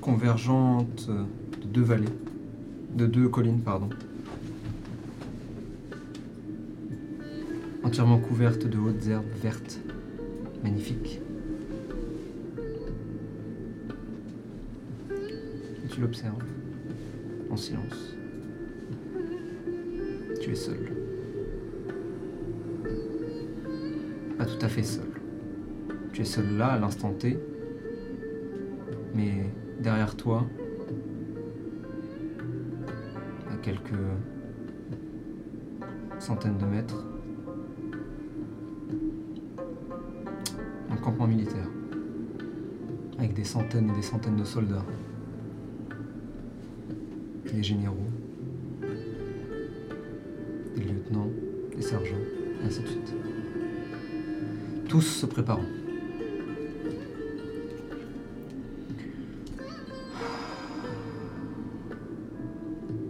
Speaker 1: convergente de deux vallées, de deux collines, pardon. Entièrement couverte de hautes herbes vertes, magnifiques. Et tu l'observes en silence. Tu es seul. Pas tout à fait seul. Tu es seul là à l'instant T, mais derrière toi, à quelques centaines de mètres, un campement militaire avec des centaines et des centaines de soldats des généraux, des lieutenants, des sergents, et ainsi de suite. Tous se préparant.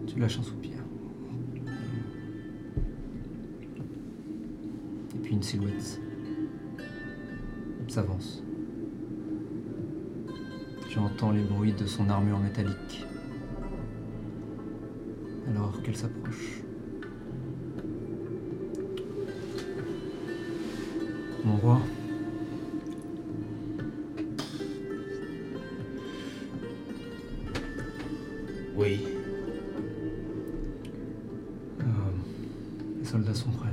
Speaker 1: Tu lâches un soupir. Et puis une silhouette s'avance. Tu entends les bruits de son armure métallique alors qu'elle s'approche. Mon roi.
Speaker 5: Oui.
Speaker 1: euh, les soldats sont prêts.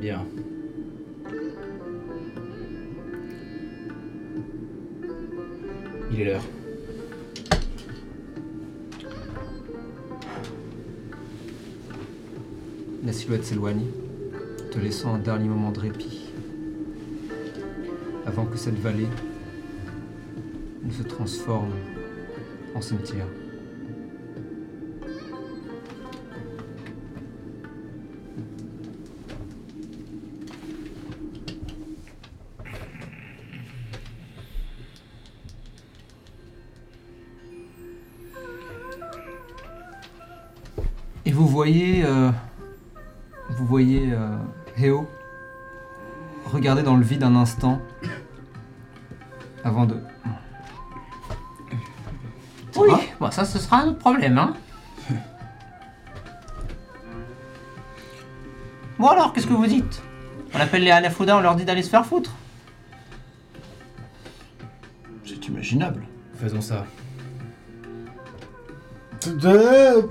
Speaker 5: Bien. Il est l'heure.
Speaker 1: La silhouette s'éloigne, te laissant un dernier moment de répit. Avant que cette vallée ne se transforme en cimetière. Et vous voyez euh, vous voyez euh, Heo regarder dans le vide un instant avant de.
Speaker 10: Oui, bon, ça, ce sera un autre problème, hein. Bon alors, qu'est-ce que vous dites On appelle les Anafuda, on leur dit d'aller se faire foutre.
Speaker 9: C'est imaginable.
Speaker 5: Faisons ça.
Speaker 3: Euh,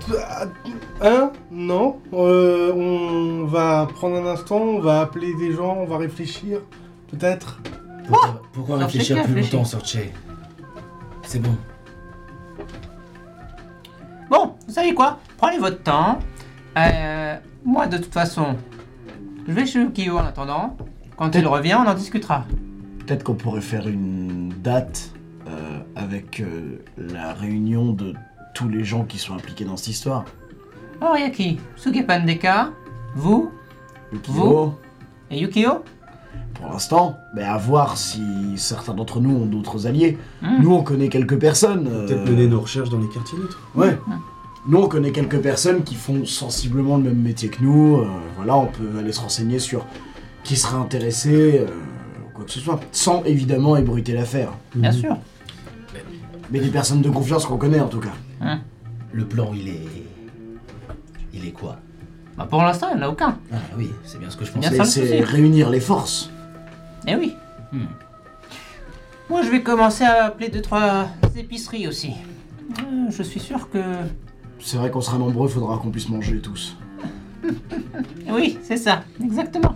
Speaker 3: Hein Non Euh, On va prendre un instant, on va appeler des gens, on va réfléchir, peut-être.
Speaker 5: Pourquoi, pourquoi
Speaker 10: Alors,
Speaker 5: réfléchir
Speaker 10: chacun
Speaker 5: plus
Speaker 10: réfléchit.
Speaker 5: longtemps, Sorche C'est bon.
Speaker 10: Bon, vous savez quoi Prenez votre temps. Euh, moi, de toute façon, je vais chez Ukio en attendant. Quand il revient, on en discutera.
Speaker 2: Peut-être qu'on pourrait faire une date euh, avec euh, la réunion de tous les gens qui sont impliqués dans cette histoire.
Speaker 10: Oriaki, Sugepan Deka, vous
Speaker 2: Yukio,
Speaker 10: Vous et Yukio
Speaker 2: pour l'instant, mais à voir si certains d'entre nous ont d'autres alliés.
Speaker 10: Hmm.
Speaker 2: Nous, on connaît quelques personnes. euh,
Speaker 4: Peut-être mener nos recherches dans les quartiers neutres.
Speaker 2: Ouais.
Speaker 10: Hmm.
Speaker 2: Nous, on connaît quelques personnes qui font sensiblement le même métier que nous. euh, voilà, on peut aller se renseigner sur qui serait intéressé, euh, quoi que ce soit, sans évidemment ébruiter l'affaire.
Speaker 10: Bien sûr.
Speaker 2: Mais des personnes de confiance qu'on connaît en tout cas.
Speaker 5: Le plan, il est. Il est quoi
Speaker 10: Bah, pour l'instant, il n'y en a aucun.
Speaker 5: Ah oui, c'est bien ce que je
Speaker 10: Bien
Speaker 5: pensais.
Speaker 10: ça,
Speaker 2: C'est
Speaker 10: le
Speaker 2: c'est
Speaker 10: souci.
Speaker 2: réunir les forces.
Speaker 10: Eh oui.
Speaker 5: Hmm.
Speaker 10: Moi, je vais commencer à appeler deux, trois épiceries aussi. Euh, je suis sûr que...
Speaker 2: C'est vrai qu'on sera nombreux, faudra qu'on puisse manger tous.
Speaker 10: Eh Oui, c'est ça. Exactement.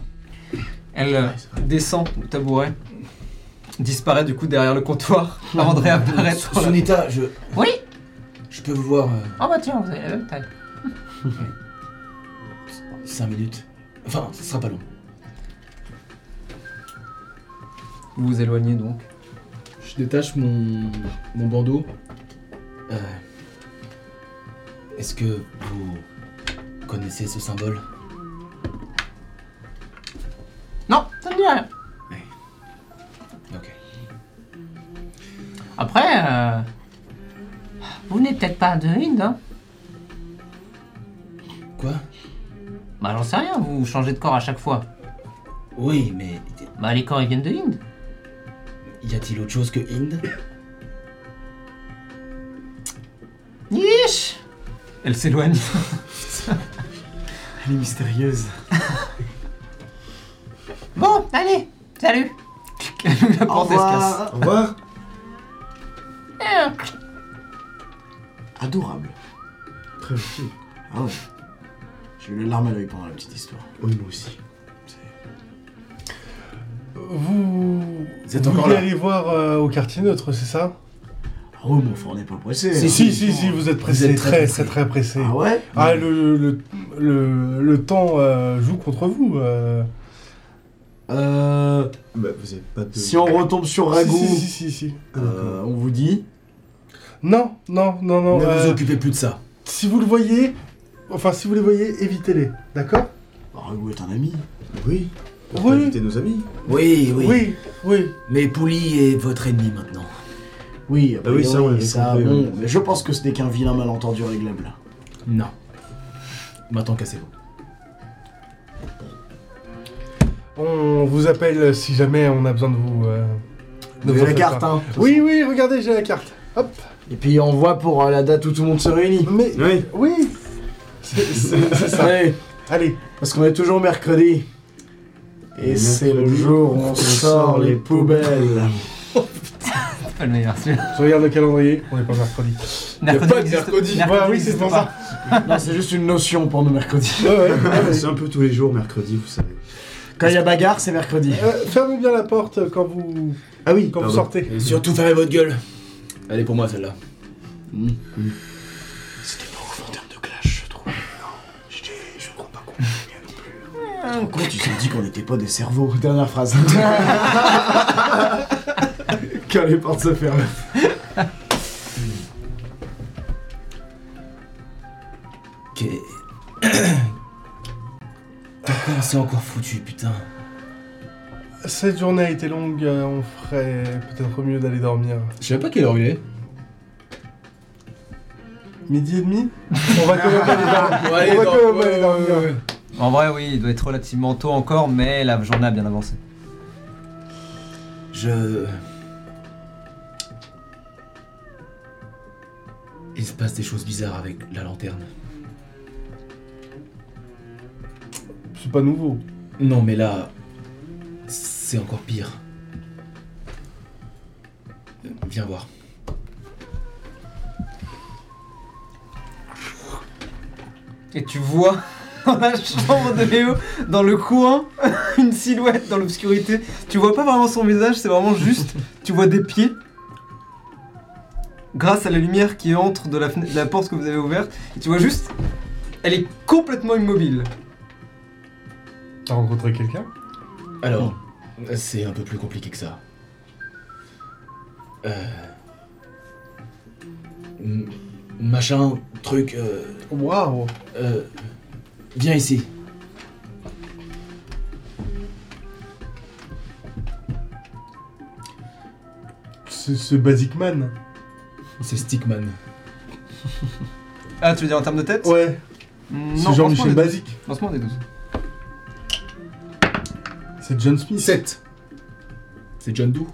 Speaker 1: Elle euh, descend le tabouret, disparaît du coup derrière le comptoir avant de réapparaître. sur la-
Speaker 5: Sunita, je.
Speaker 10: Oui
Speaker 5: Je peux vous voir
Speaker 6: euh,
Speaker 10: Oh bah tiens, vous avez la même taille.
Speaker 5: 5 minutes. Enfin, ce sera pas long.
Speaker 1: Vous vous éloignez donc.
Speaker 6: Je détache mon, mon bandeau.
Speaker 5: Euh, Est-ce que vous connaissez ce symbole
Speaker 10: Non, ça ne dit rien.
Speaker 5: Ok.
Speaker 10: Après, euh, vous n'êtes peut-être pas de Hind, hein
Speaker 5: Quoi
Speaker 10: Bah j'en sais rien, vous changez de corps à chaque fois.
Speaker 5: Oui, mais
Speaker 10: Bah les corps ils viennent de Hind.
Speaker 5: y a-t-il autre chose que Hind
Speaker 10: Niche
Speaker 1: Elle s'éloigne.
Speaker 2: Elle est mystérieuse.
Speaker 10: Bon, allez, salut
Speaker 1: La porte elle se casse.
Speaker 4: Au revoir.
Speaker 10: Euh,
Speaker 2: Adorable.
Speaker 4: Très gentil.
Speaker 2: Ah ouais. J'ai eu les larmes à l'œil pendant la petite histoire.
Speaker 4: Oui, moi aussi.
Speaker 3: Vous.
Speaker 5: Vous êtes
Speaker 3: vous
Speaker 5: encore
Speaker 3: voulez
Speaker 5: là
Speaker 3: aller voir euh, au quartier neutre, c'est ça
Speaker 2: Ah ouais, mais enfin, on n'est pas pressé.
Speaker 3: Si,
Speaker 2: hein.
Speaker 3: si, si, vous êtes pressé,
Speaker 5: êtes très pressé.
Speaker 3: très, très, très, pressé.
Speaker 2: Ah ouais
Speaker 3: Ah, le, le, le, le temps euh, joue contre vous. euh.
Speaker 2: Euh,
Speaker 4: Bah, vous avez pas de.
Speaker 2: Si on retombe sur Ragout,
Speaker 3: Si, si, si, si, si.
Speaker 2: Ah, euh, on vous dit.
Speaker 3: Non, non, non, non.
Speaker 5: Ne
Speaker 3: euh,
Speaker 5: vous occupez plus de ça.
Speaker 3: si vous le voyez, enfin, si vous les voyez, évitez-les, d'accord
Speaker 2: Ragout bah, est un ami.
Speaker 4: Oui. On
Speaker 3: Oui.
Speaker 4: peut inviter nos amis.
Speaker 5: Oui, oui,
Speaker 3: Oui, oui.
Speaker 5: Mais Pouli est votre ennemi maintenant.
Speaker 2: Oui, a
Speaker 4: Ah oui, ça,
Speaker 2: priori,
Speaker 4: on l'avait
Speaker 2: ça,
Speaker 4: compris,
Speaker 2: bon,
Speaker 4: oui.
Speaker 2: mais je pense que ce n'est qu'un vilain malentendu réglable.
Speaker 5: Non. Mm. Maintenant, cassez-vous.
Speaker 3: On vous appelle si jamais on a besoin de vous. euh. Ne
Speaker 2: Vous
Speaker 3: vous
Speaker 2: avez la
Speaker 3: faites
Speaker 2: carte,
Speaker 3: pas.
Speaker 2: hein
Speaker 3: Oui, oui, regardez, j'ai la carte. Hop.
Speaker 2: Et puis on voit pour euh, la date où tout le monde se réunit.
Speaker 3: Mais
Speaker 4: Oui.
Speaker 3: oui, c'est c'est- c'est ça.
Speaker 2: Ouais,
Speaker 3: Allez,
Speaker 2: parce qu'on est toujours mercredi. Et
Speaker 4: Et
Speaker 2: c'est le
Speaker 4: mercredi,
Speaker 2: jour où on sort les poubelles.
Speaker 1: C'est pas le meilleur celui-là.
Speaker 3: je regarde le calendrier. On est pas mercredi.
Speaker 1: Mercredi
Speaker 6: pas de
Speaker 1: n'existe-
Speaker 6: mercredi.
Speaker 3: Ouais, oui, c'est
Speaker 1: n'existe
Speaker 3: pour
Speaker 1: pas.
Speaker 3: ça.
Speaker 2: non, c'est juste une notion pour nous mercredi.
Speaker 3: Ouais, ouais,
Speaker 5: Ah,
Speaker 3: ouais, ouais.
Speaker 4: Ah, C'est un peu tous les jours, mercredi, vous savez.
Speaker 2: Quand il y a bagarre, c'est mercredi.
Speaker 3: Euh, fermez bien la porte quand vous
Speaker 2: Ah oui,
Speaker 3: quand vous
Speaker 4: Pardon.
Speaker 3: sortez.
Speaker 5: Surtout, fermez votre gueule. Elle est pour moi celle-là.
Speaker 2: C'était pas ouf en termes de clash, je trouve. Non, j'étais- je comprends pas compris. non plus. Quand Ah, tu t'es dit qu'on n'était pas des cerveaux, dernière phrase. Car les portes se ferment.
Speaker 5: Qu'est- Pourquoi on s'est encore foutu, putain
Speaker 3: Cette journée a été longue, euh, on ferait peut-être mieux d'aller dormir.
Speaker 6: Je sais même pas quelle heure il est.
Speaker 3: Midi et demi On va quand même aller dormir.
Speaker 6: Ouais, allez,
Speaker 3: On va
Speaker 6: dors-
Speaker 3: quand même
Speaker 6: ouais,
Speaker 3: aller
Speaker 6: ouais,
Speaker 3: dormir.
Speaker 6: ouais, ouais.
Speaker 1: En vrai, oui, il doit être relativement tôt encore, mais la journée a bien avancé.
Speaker 5: Je. Il se passe des choses bizarres avec la lanterne.
Speaker 3: C'est pas nouveau.
Speaker 5: Non, mais là, c'est encore pire. Euh, Viens voir.
Speaker 1: Et tu vois dans la chambre de Léo, dans le coin, une silhouette dans l'obscurité. Tu vois pas vraiment son visage, c'est vraiment juste, tu vois des pieds. Grâce à la lumière qui entre de la, fenêtre- de la porte que vous avez ouverte, et tu vois juste, elle est complètement immobile.
Speaker 3: T'as rencontré quelqu'un
Speaker 5: Alors, c'est un peu plus compliqué que ça. Euh... m- Machin, truc, euh,
Speaker 3: Waouh
Speaker 5: euh, Viens ici.
Speaker 3: C'est c'est Basic Man.
Speaker 5: C'est Stickman.
Speaker 1: Ah, tu veux dire en termes de tête
Speaker 3: Ouais,
Speaker 1: Mm,
Speaker 3: c'est
Speaker 1: non, lance-moi
Speaker 3: Jean-Michel
Speaker 1: des-
Speaker 3: Basic.
Speaker 1: Lance-moi des douze.
Speaker 3: C'est John Smith.
Speaker 6: 7. C'est John Doe.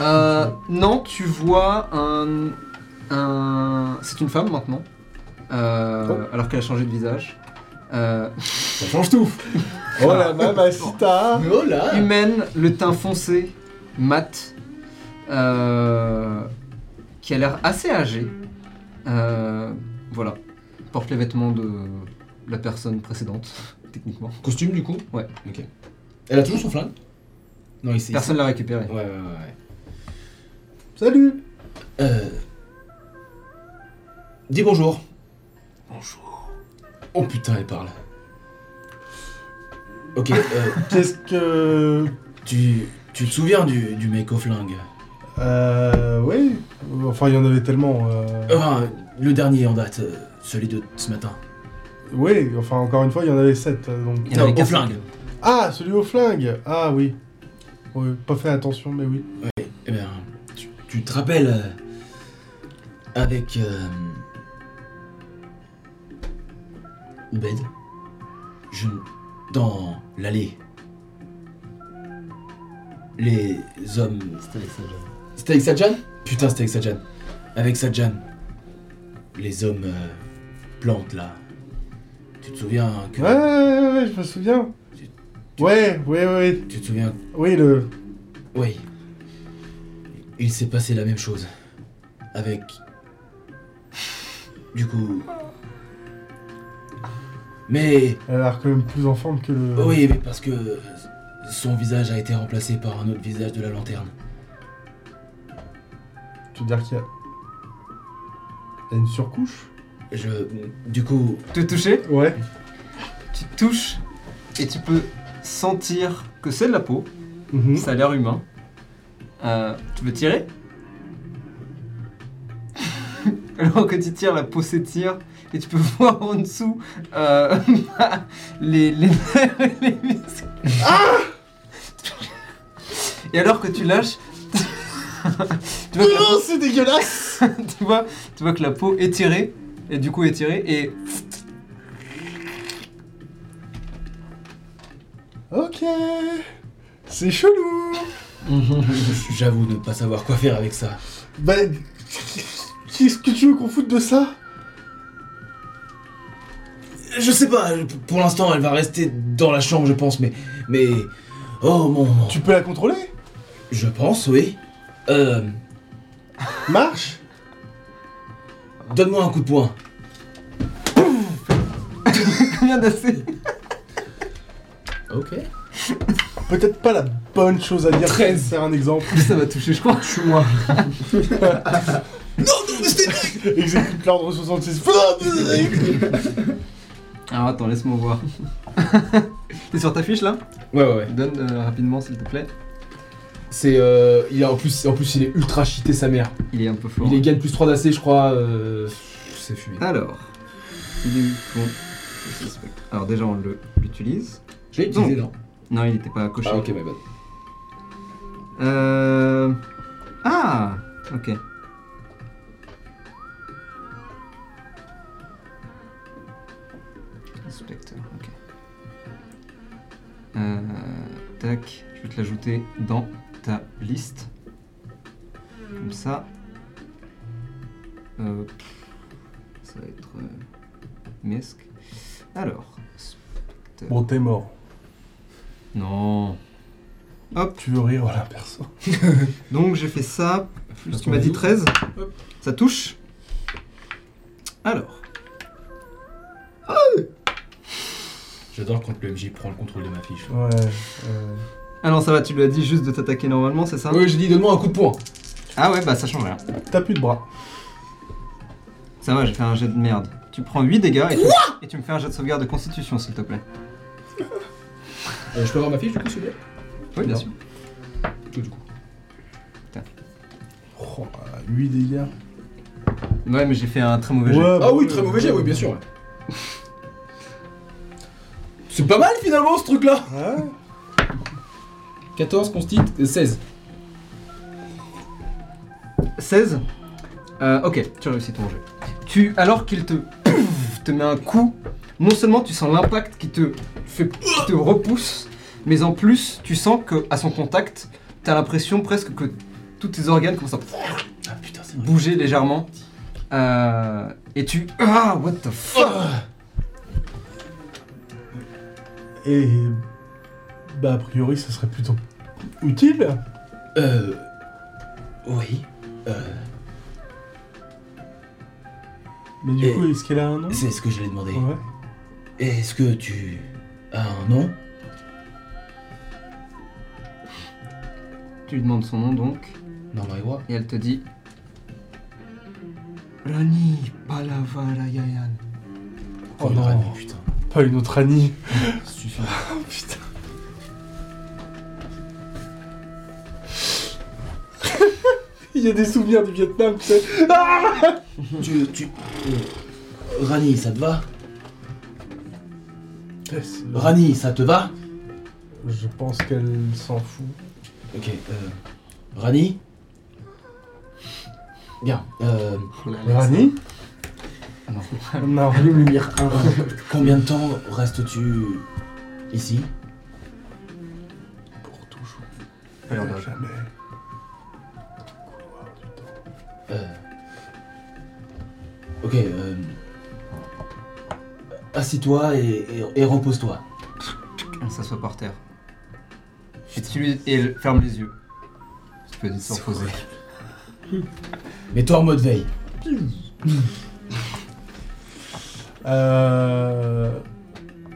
Speaker 3: Ah,
Speaker 1: Euh, non, tu vois un. un... C'est une femme maintenant. Euh,
Speaker 3: Oh.
Speaker 1: Alors qu'elle a changé de visage. Euh,
Speaker 6: Ça change tout.
Speaker 3: Oh la mamacita
Speaker 5: Oh là
Speaker 1: humaine, le teint foncé, mat, euh, qui a l'air assez âgée. Euh, voilà. Porte les vêtements de la personne précédente, techniquement.
Speaker 5: Costume du coup
Speaker 1: Ouais.
Speaker 5: Ok. Elle a toujours son flingue Non, ici.
Speaker 1: Personne l'a récupéré.
Speaker 5: Ouais, ouais, ouais. ouais.
Speaker 3: Salut
Speaker 5: Euh... Dis bonjour. Bonjour. Oh putain, elle parle. Ok, euh,
Speaker 3: Qu'est-ce que...
Speaker 5: tu, tu te souviens du, du mec au flingue
Speaker 3: Euh... Oui. Enfin, il y en avait tellement. euh,
Speaker 5: Enfin, le dernier en date, euh, celui de ce matin.
Speaker 3: Oui, enfin, encore une fois, il y en avait 7. Donc...
Speaker 5: Il y en
Speaker 1: Non,
Speaker 5: avait
Speaker 1: au
Speaker 5: qu'un flingue.
Speaker 3: Ah, celui au flingue Ah oui. Oui, pas fait attention, mais oui.
Speaker 5: Eh bien, tu, tu te rappelles euh, avec euh, Oubed je, dans l'allée. Les hommes.
Speaker 6: C'était avec ça, John.
Speaker 5: C'était avec Sajan Putain, c'était avec Sajan. Avec Sajan. Les hommes euh, plantes là. Tu te souviens que.
Speaker 3: Ouais, ouais, ouais, ouais, je me souviens. Ouais, ouais, ouais.
Speaker 5: Tu te souviens
Speaker 3: Oui, le...
Speaker 5: Oui. Il s'est passé la même chose. Avec. Du coup. Mais.
Speaker 3: Elle a l'air quand même plus en forme que le...
Speaker 5: Oui, mais parce que. Son visage a été remplacé par un autre visage de la lanterne.
Speaker 3: Tu veux dire qu'il y a... Il y a une surcouche
Speaker 5: Je. Du coup.
Speaker 1: Tu es touché,
Speaker 3: Ouais.
Speaker 1: tu te touches et tu peux sentir que c'est de la peau.
Speaker 3: Mhm.
Speaker 1: Ça a l'air humain. Euh, tu veux tirer Alors que tu tires, la peau s'étire et tu peux voir en dessous euh, les, les nerfs et les muscles. Ah et alors que tu lâches, tu, vois que la
Speaker 6: Oh,
Speaker 1: peau-
Speaker 3: c'est dégueulasse
Speaker 1: tu vois- tu vois que la peau est tirée et du coup est tirée et
Speaker 3: Ok. C'est chelou.
Speaker 5: J'avoue ne pas savoir quoi faire avec ça.
Speaker 3: Bah... Qu'est-ce que tu veux qu'on foute de ça
Speaker 5: Je sais pas, je- pour l'instant elle va rester dans la chambre, je pense, mais. Mais. Oh mon.
Speaker 3: Tu peux la contrôler
Speaker 5: Je pense, oui. Euh.
Speaker 3: Marche
Speaker 5: Donne-moi un coup de poing.
Speaker 1: combien d'assez
Speaker 5: Ok.
Speaker 3: peut-être pas la bonne chose à dire. 13 faire un exemple.
Speaker 1: Ça va toucher, je crois. Je suis moi.
Speaker 3: Exécute l'ordre 66.
Speaker 1: Alors Ah, attends, laisse-moi voir. T'es sur ta fiche là
Speaker 6: Ouais, ouais, ouais.
Speaker 1: Donne euh, rapidement s'il te plaît.
Speaker 6: C'est. Euh, il est en, plus, en plus, il est ultra cheaté, sa mère.
Speaker 1: Il est un peu fort.
Speaker 6: Il est gagne plus 3 d'AC, je crois. Euh, c'est fumé.
Speaker 1: Alors, il est bon. Alors déjà on le- l'utilise.
Speaker 6: Je l'ai utilisé, non
Speaker 1: Non, il n'était pas coché.
Speaker 6: Ah, ok, my bad.
Speaker 1: Euh... Ah Ok. Inspecteur, ok. Euh... Tac, je vais te l'ajouter dans ta liste. Comme ça. Euh... pff, Ça va être... euh, Mesque. Alors... Spectre.
Speaker 11: Bon, t'es mort.
Speaker 1: Non. Hop.
Speaker 11: Tu veux rire à la personne.
Speaker 1: Donc j'ai fait ça, plus tu m'as
Speaker 11: vas-y.
Speaker 1: dit 13. Ça touche. Alors,
Speaker 5: J'adore quand le MJ prend le contrôle de ma fiche.
Speaker 11: Ouais. ouais.
Speaker 1: ah non ça va, tu lui as dit juste de t'attaquer normalement, c'est ça
Speaker 6: Ouais, j'ai dit, donne-moi un coup de poing.
Speaker 1: Ah ouais, bah ça change rien.
Speaker 3: T'as plus de bras.
Speaker 1: Ça va, j'ai fait un jet de merde. Tu prends 8 dégâts et tu, et tu me fais un jet de sauvegarde de constitution s'il te plaît.
Speaker 6: Euh, je peux avoir ma fiche, du coup, s'il vous plaît
Speaker 1: Oui, bien
Speaker 6: Non.
Speaker 1: sûr.
Speaker 6: Tout, du coup.
Speaker 3: Oh, 8 dégâts. bah
Speaker 1: Ouais, mais j'ai fait un très mauvais jet.
Speaker 6: Ah oui, très mauvais jet, oui, bien sûr. ouais. C'est pas mal Ah, finalement ce truc là
Speaker 3: Ouais.
Speaker 6: 14 constit, euh, 16.
Speaker 1: 16. Euh, ok, tu réussis ton jeu. Tu, alors qu'il te, te met un coup, non seulement tu sens l'impact qui te fait, qui te repousse, mais en plus tu sens que à son contact, t'as l'impression presque que tous tes organes commencent à
Speaker 5: Ah putain, c'est vrai.
Speaker 1: bouger légèrement. Euh, et tu, ah, what the fuck.
Speaker 3: Et. Bah, a priori, ça serait plutôt utile.
Speaker 5: Euh. Oui. Euh.
Speaker 3: Mais du
Speaker 5: Et-
Speaker 3: coup, est-ce qu'elle a un nom
Speaker 5: C'est ce que je l'ai demandé.
Speaker 3: Ouais.
Speaker 5: Est-ce que tu as un nom
Speaker 1: Tu lui demandes son nom donc,
Speaker 5: Non, Maïwa.
Speaker 1: et elle te dit, Rani Palavarayayan.
Speaker 5: Oh non, mais putain.
Speaker 11: Pas une autre Annie.
Speaker 5: Suffit.
Speaker 3: Ah, Il y a des souvenirs du Vietnam, peut-être.
Speaker 5: tu. tu... euh, Rani, ça te va Rani, ça te va
Speaker 3: Je pense qu'elle s'en fout.
Speaker 5: Ok, euh. Rani Bien. Euh.
Speaker 3: Rani
Speaker 5: Non.
Speaker 3: Non, allume lumière.
Speaker 5: Combien de temps restes-tu ici
Speaker 3: Jamais.
Speaker 5: Euh... Ok, euh... Assis-toi et, et- et repose-toi.
Speaker 1: Elle s'assoit par terre. Et, tu lui- et elle ferme les yeux. Tu peux dire sans poser.
Speaker 5: Mets-toi en mode veille.
Speaker 3: Euh.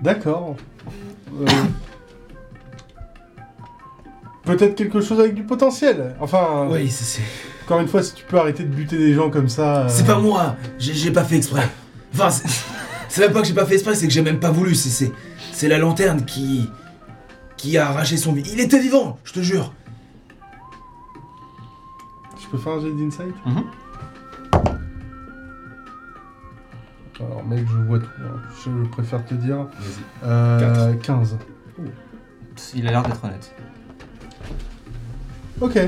Speaker 3: D'accord. Euh, Peut-être quelque chose avec du potentiel. Enfin,
Speaker 5: Oui, c'est- c'est...
Speaker 3: encore une fois, si tu peux arrêter de buter des gens comme ça. euh,
Speaker 5: C'est pas moi J'ai j'ai pas fait exprès. Enfin, c'est- c'est même pas que j'ai pas fait exprès, c'est que j'ai même pas voulu. C'est, c'est, c'est la lanterne qui... qui a arraché son... vi- Il était vivant, je te jure
Speaker 3: Je peux faire un jet d'insight
Speaker 1: Mhm.
Speaker 3: Alors, mec, je vois tout. hein. Je préfère te dire. Euh, 15.
Speaker 1: Il a l'air d'être honnête.
Speaker 3: Ok.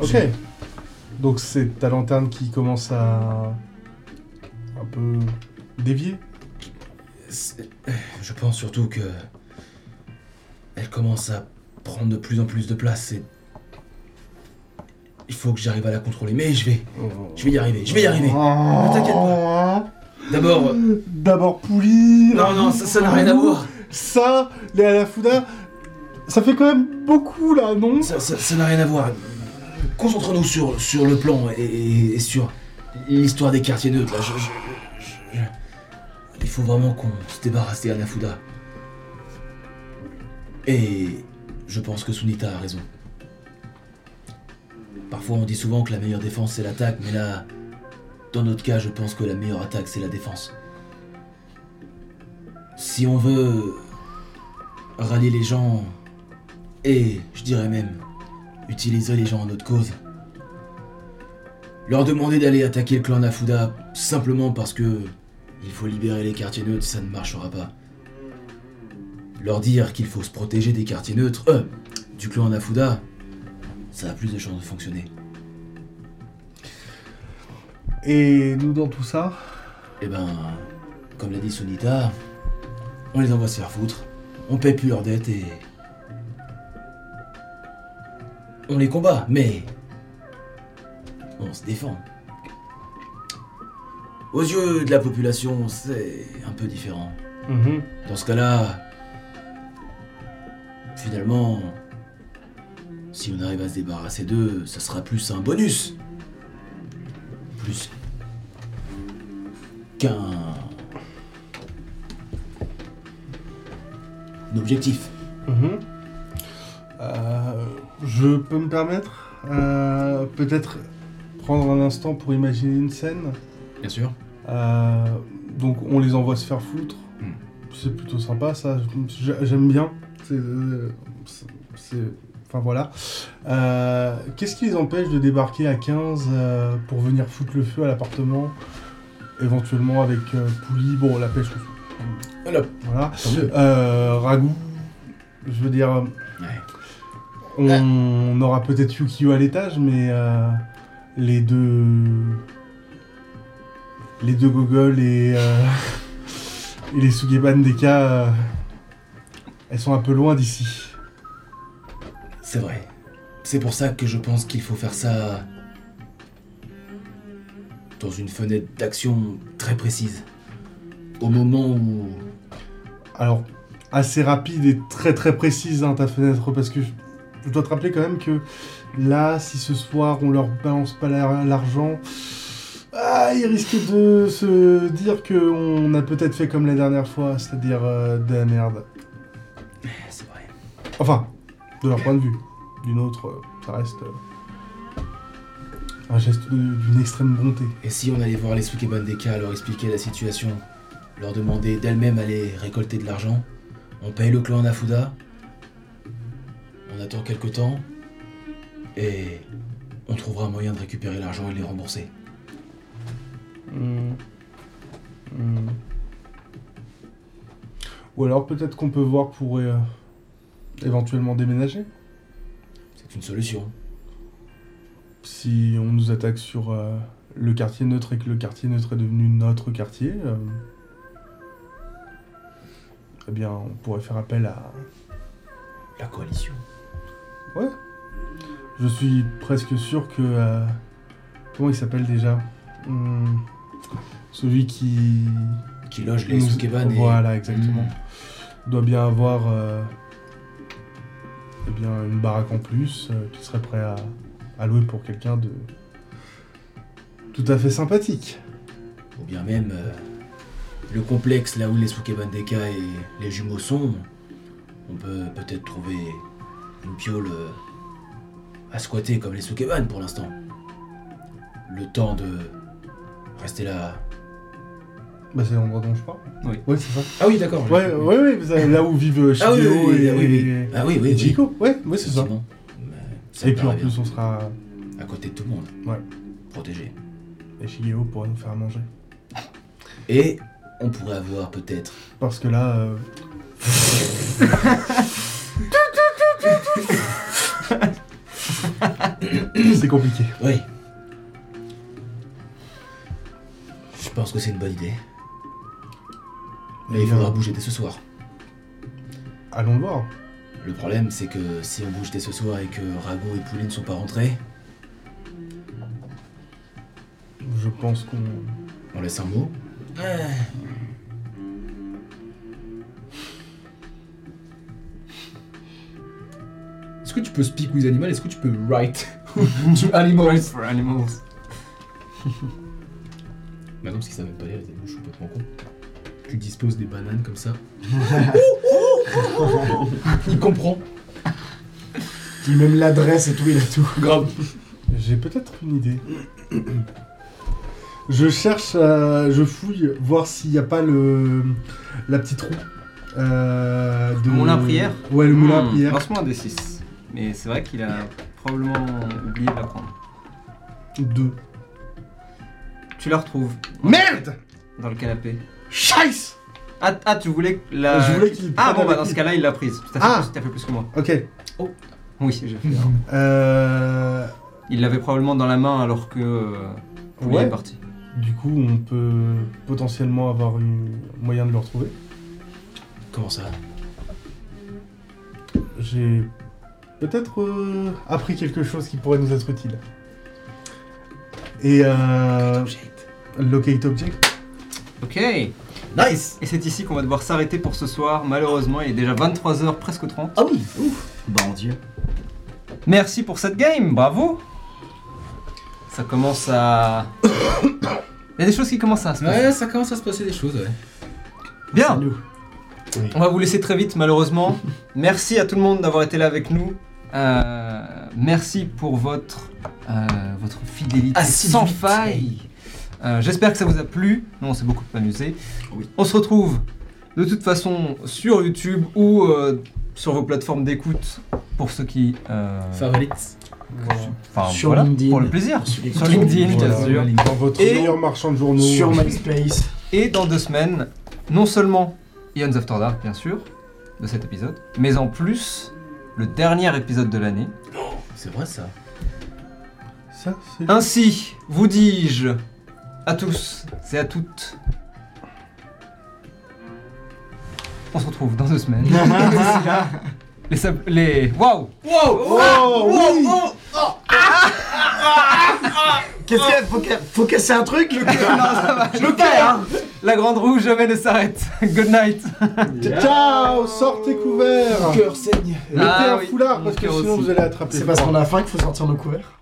Speaker 3: Ok. Donc, c'est ta lanterne qui commence à. un peu. dévier.
Speaker 5: C'est- Je pense surtout que... Elle commence à prendre de plus en plus de place et... Il faut que j'arrive à la contrôler, mais je vais... Je vais y arriver, je vais y arriver
Speaker 3: Ne
Speaker 5: t'inquiète D'abord... euh,
Speaker 3: Oh. D'abord poulir.
Speaker 5: Non, non, ça ça n'a rien à voir
Speaker 3: Ça, les Alafuda, ça fait quand même beaucoup là, non
Speaker 5: Ça ça- ça n'a rien à voir. Concentrons-nous sur, sur le plan et, et- et sur l'histoire des quartiers neutres. là. Je- je- je- je- Il faut vraiment qu'on se débarrasse des Anafuda. Et je pense que Sunita a raison. Parfois on dit souvent que la meilleure défense c'est l'attaque, mais là, dans notre cas, je pense que la meilleure attaque c'est la défense. Si on veut rallier les gens et, je dirais même, utiliser les gens en notre cause, leur demander d'aller attaquer le clan Nafuda simplement parce que il faut libérer les quartiers neutres, ça ne marchera pas. Leur dire qu'il faut se protéger des quartiers neutres, euh, du clan Nafuda, ça a plus de chances de fonctionner.
Speaker 3: Et nous, dans tout ça,
Speaker 5: Eh ben, comme l'a dit Sunita, on les envoie se faire foutre, on paie plus leurs dettes et. On les combat, mais. On se défend. Aux yeux de la population, c'est un peu différent. Dans ce cas-là, finalement, si on arrive à se débarrasser d'eux, ça sera plus un bonus. Plus qu'un un objectif.
Speaker 3: Mhm. Euh, je peux me permettre euh, peut-être prendre un instant pour imaginer une scène.
Speaker 5: Bien sûr.
Speaker 3: Euh, donc on les envoie se faire foutre.
Speaker 5: Mm.
Speaker 3: C'est plutôt sympa ça, J'a- j'aime bien. C'est, euh, c'est- c'est- Enfin voilà. Euh, Qu'est-ce qui les empêche de débarquer à 15 euh, pour venir foutre le feu à l'appartement Éventuellement avec euh, Pouli, bon la pêche. on-
Speaker 5: Voilà.
Speaker 3: Voilà.
Speaker 5: Tant mieux.
Speaker 3: Euh, Ragout, je veux dire, on, on aura peut-être Yukio à l'étage, mais euh, les deux. Les deux gogoles et. euh, et les Sugeban des cas. euh, elles sont un peu loin d'ici.
Speaker 5: C'est vrai. C'est pour ça que je pense qu'il faut faire ça dans une fenêtre d'action très précise. Au moment où...
Speaker 3: Alors, assez rapide et très très précise, hein, ta fenêtre, parce que je, je dois te rappeler quand même que là, si ce soir on leur balance pas la- l'argent. Ah, ils risquent de se dire qu'on a peut-être fait comme la dernière fois, c'est-à-dire euh, de la merde.
Speaker 5: C'est vrai.
Speaker 3: Enfin, de leur point de vue. D'une autre, euh, ça reste euh, un geste de- d'une extrême bonté.
Speaker 5: Et si on allait voir les Sukeban Deka, leur expliquer la situation, leur demander d'elles-mêmes aller récolter de l'argent, on paye le clan Nafuda, on attend quelques temps, et on trouvera un moyen de récupérer l'argent et de les rembourser.
Speaker 3: Ou alors peut-être qu'on peut voir pour euh, éventuellement déménager.
Speaker 5: C'est une solution.
Speaker 3: Si on nous attaque sur euh, le quartier neutre et que le quartier neutre est devenu notre quartier, euh, eh bien on pourrait faire appel à...
Speaker 5: La coalition.
Speaker 3: Je suis presque sûr que... euh, Comment il s'appelle déjà Hum, Celui qui...
Speaker 5: Qui loge les
Speaker 3: Nous-
Speaker 5: Sukeban et... Hmm.
Speaker 3: Voilà, exactement. Doit bien avoir euh, eh bien, une baraque en plus euh, qui serait prêt à, à louer pour quelqu'un de tout à fait sympathique.
Speaker 5: ou bien même euh, le complexe là où les Sukebandeka et les jumeaux sont, on peut peut-être trouver une piole euh, à squatter comme les Sukeban pour l'instant. Le temps de rester là.
Speaker 3: Bah, c'est l'endroit dont je parle.
Speaker 1: Oui.
Speaker 3: Ouais, c'est ça.
Speaker 5: Ah oui, d'accord. je-
Speaker 3: Ouais, ouais, ouais, vous avez- là où vivent euh, Shigeo
Speaker 5: Ah oui, oui, oui,
Speaker 3: et,
Speaker 5: oui, oui. Ah oui, oui,
Speaker 3: et
Speaker 5: oui.
Speaker 3: Jiko. Ouais, ouais, c'est ça.
Speaker 5: Effectivement. Mais ça
Speaker 3: Et
Speaker 5: me
Speaker 3: puis en
Speaker 5: paraît bien.
Speaker 3: plus, on sera
Speaker 5: à côté de tout le monde.
Speaker 3: Ouais.
Speaker 5: Protégé.
Speaker 3: et Shigeo pourra nous faire à manger.
Speaker 5: Et on pourrait avoir peut-être
Speaker 3: Parce que là, euh, c'est compliqué.
Speaker 5: Oui. Je pense que c'est une bonne idée. Mais il faudra bouger dès ce soir.
Speaker 3: Allons le voir.
Speaker 5: Le problème, c'est que si on bouge dès ce soir et que Rago et Poulet ne sont pas rentrés,
Speaker 3: Je pense qu'on.
Speaker 5: on laisse un mot.
Speaker 6: Est-ce que tu peux speak with animal Est-ce que tu peux write to animals
Speaker 1: For animals.
Speaker 6: Bah non, parce qu'ils savent même pas lire les animaux, je suis complètement con. Tu disposes des bananes comme ça. Il comprend.
Speaker 2: Puis même l'adresse et tout, il a tout.
Speaker 6: Grave.
Speaker 3: J'ai peut-être une idée. Je cherche, à- je fouille, voir s'il n'y a pas le la petite roue. euh, de...
Speaker 1: Le moulin à prière
Speaker 3: Ouais, le moulin à
Speaker 1: Hmm,
Speaker 3: prière.
Speaker 1: Lance-moi un des 6. Mais c'est vrai qu'il a probablement oublié de la prendre. Ah.
Speaker 3: Deux.
Speaker 1: Tu la retrouves
Speaker 3: Merde
Speaker 1: dans le canapé.
Speaker 3: Scheiße
Speaker 1: Ah, ah, tu voulais que la.
Speaker 3: Je voulais qu'il
Speaker 1: Ah
Speaker 3: prenne
Speaker 1: bon, bah
Speaker 3: avec
Speaker 1: dans ce
Speaker 3: lui.
Speaker 1: cas-là, il l'a prise. T'as fait,
Speaker 3: Ah.
Speaker 1: plus- t'as fait plus que moi.
Speaker 3: Ok.
Speaker 1: Oui, j'ai fait. un.
Speaker 3: Euh...
Speaker 1: Il l'avait probablement dans la main alors que. euh, Pouli est
Speaker 3: Ouais.
Speaker 1: parti.
Speaker 3: Du coup, on peut potentiellement avoir une moyen de le retrouver.
Speaker 5: Comment ça
Speaker 3: J'ai peut-être euh, appris quelque chose qui pourrait nous être utile. Et euh, locate object.
Speaker 1: Ok. Et
Speaker 5: Nice
Speaker 1: c'est ici qu'on va devoir s'arrêter pour ce soir. Malheureusement, il est déjà 23h, presque 30.
Speaker 5: Ah oui
Speaker 2: Bandier.
Speaker 1: Merci pour cette game, bravo Ça commence à... Il y a des choses qui commencent à se passer.
Speaker 6: Ouais, ça commence à se passer des choses, ouais.
Speaker 1: Bien
Speaker 2: nous.
Speaker 1: On va vous laisser très vite, malheureusement. merci à tout le monde d'avoir été là avec nous. Euh, merci pour votre, euh, votre fidélité
Speaker 5: Assiduité.
Speaker 1: sans faille. Euh, J'espère que ça vous a plu. Nous, on s'est beaucoup amusé. On se retrouve de toute façon sur YouTube ou euh, sur vos plateformes d'écoute pour ceux qui... euh,
Speaker 6: Favorite.
Speaker 1: Enfin,
Speaker 2: Sur
Speaker 1: voilà,
Speaker 2: LinkedIn.
Speaker 1: Pour le plaisir.
Speaker 2: Sur les
Speaker 1: Sur LinkedIn,
Speaker 3: Voilà.
Speaker 1: bien sûr.
Speaker 3: Dans votre
Speaker 1: Et-
Speaker 3: meilleur marchand de journaux.
Speaker 2: Sur MySpace.
Speaker 1: Et dans deux semaines, non seulement Ions After Dark, bien sûr, de cet épisode, mais en plus, le dernier épisode de l'année.
Speaker 5: C'est vrai ça
Speaker 3: Ça, c'est.
Speaker 1: Ainsi, vous dis-je à tous et à toutes. On se retrouve dans deux semaines. D'ici là, les, sab- les... Waouh
Speaker 2: Oh, Qu'est-ce qu'il y a Faut qu'elle- Faut casser un truc le cœur.
Speaker 1: Le hein La grande roue jamais ne s'arrête. Good night
Speaker 3: Ciao, sortez couverts.
Speaker 6: Cœur saigne.
Speaker 3: Mettez
Speaker 1: Ah
Speaker 3: un
Speaker 1: oui,
Speaker 3: foulard
Speaker 1: mon
Speaker 3: parce que
Speaker 1: cœur
Speaker 3: sinon
Speaker 1: aussi.
Speaker 3: vous allez attraper.
Speaker 2: C'est parce qu'on a faim qu'il faut sortir nos couverts.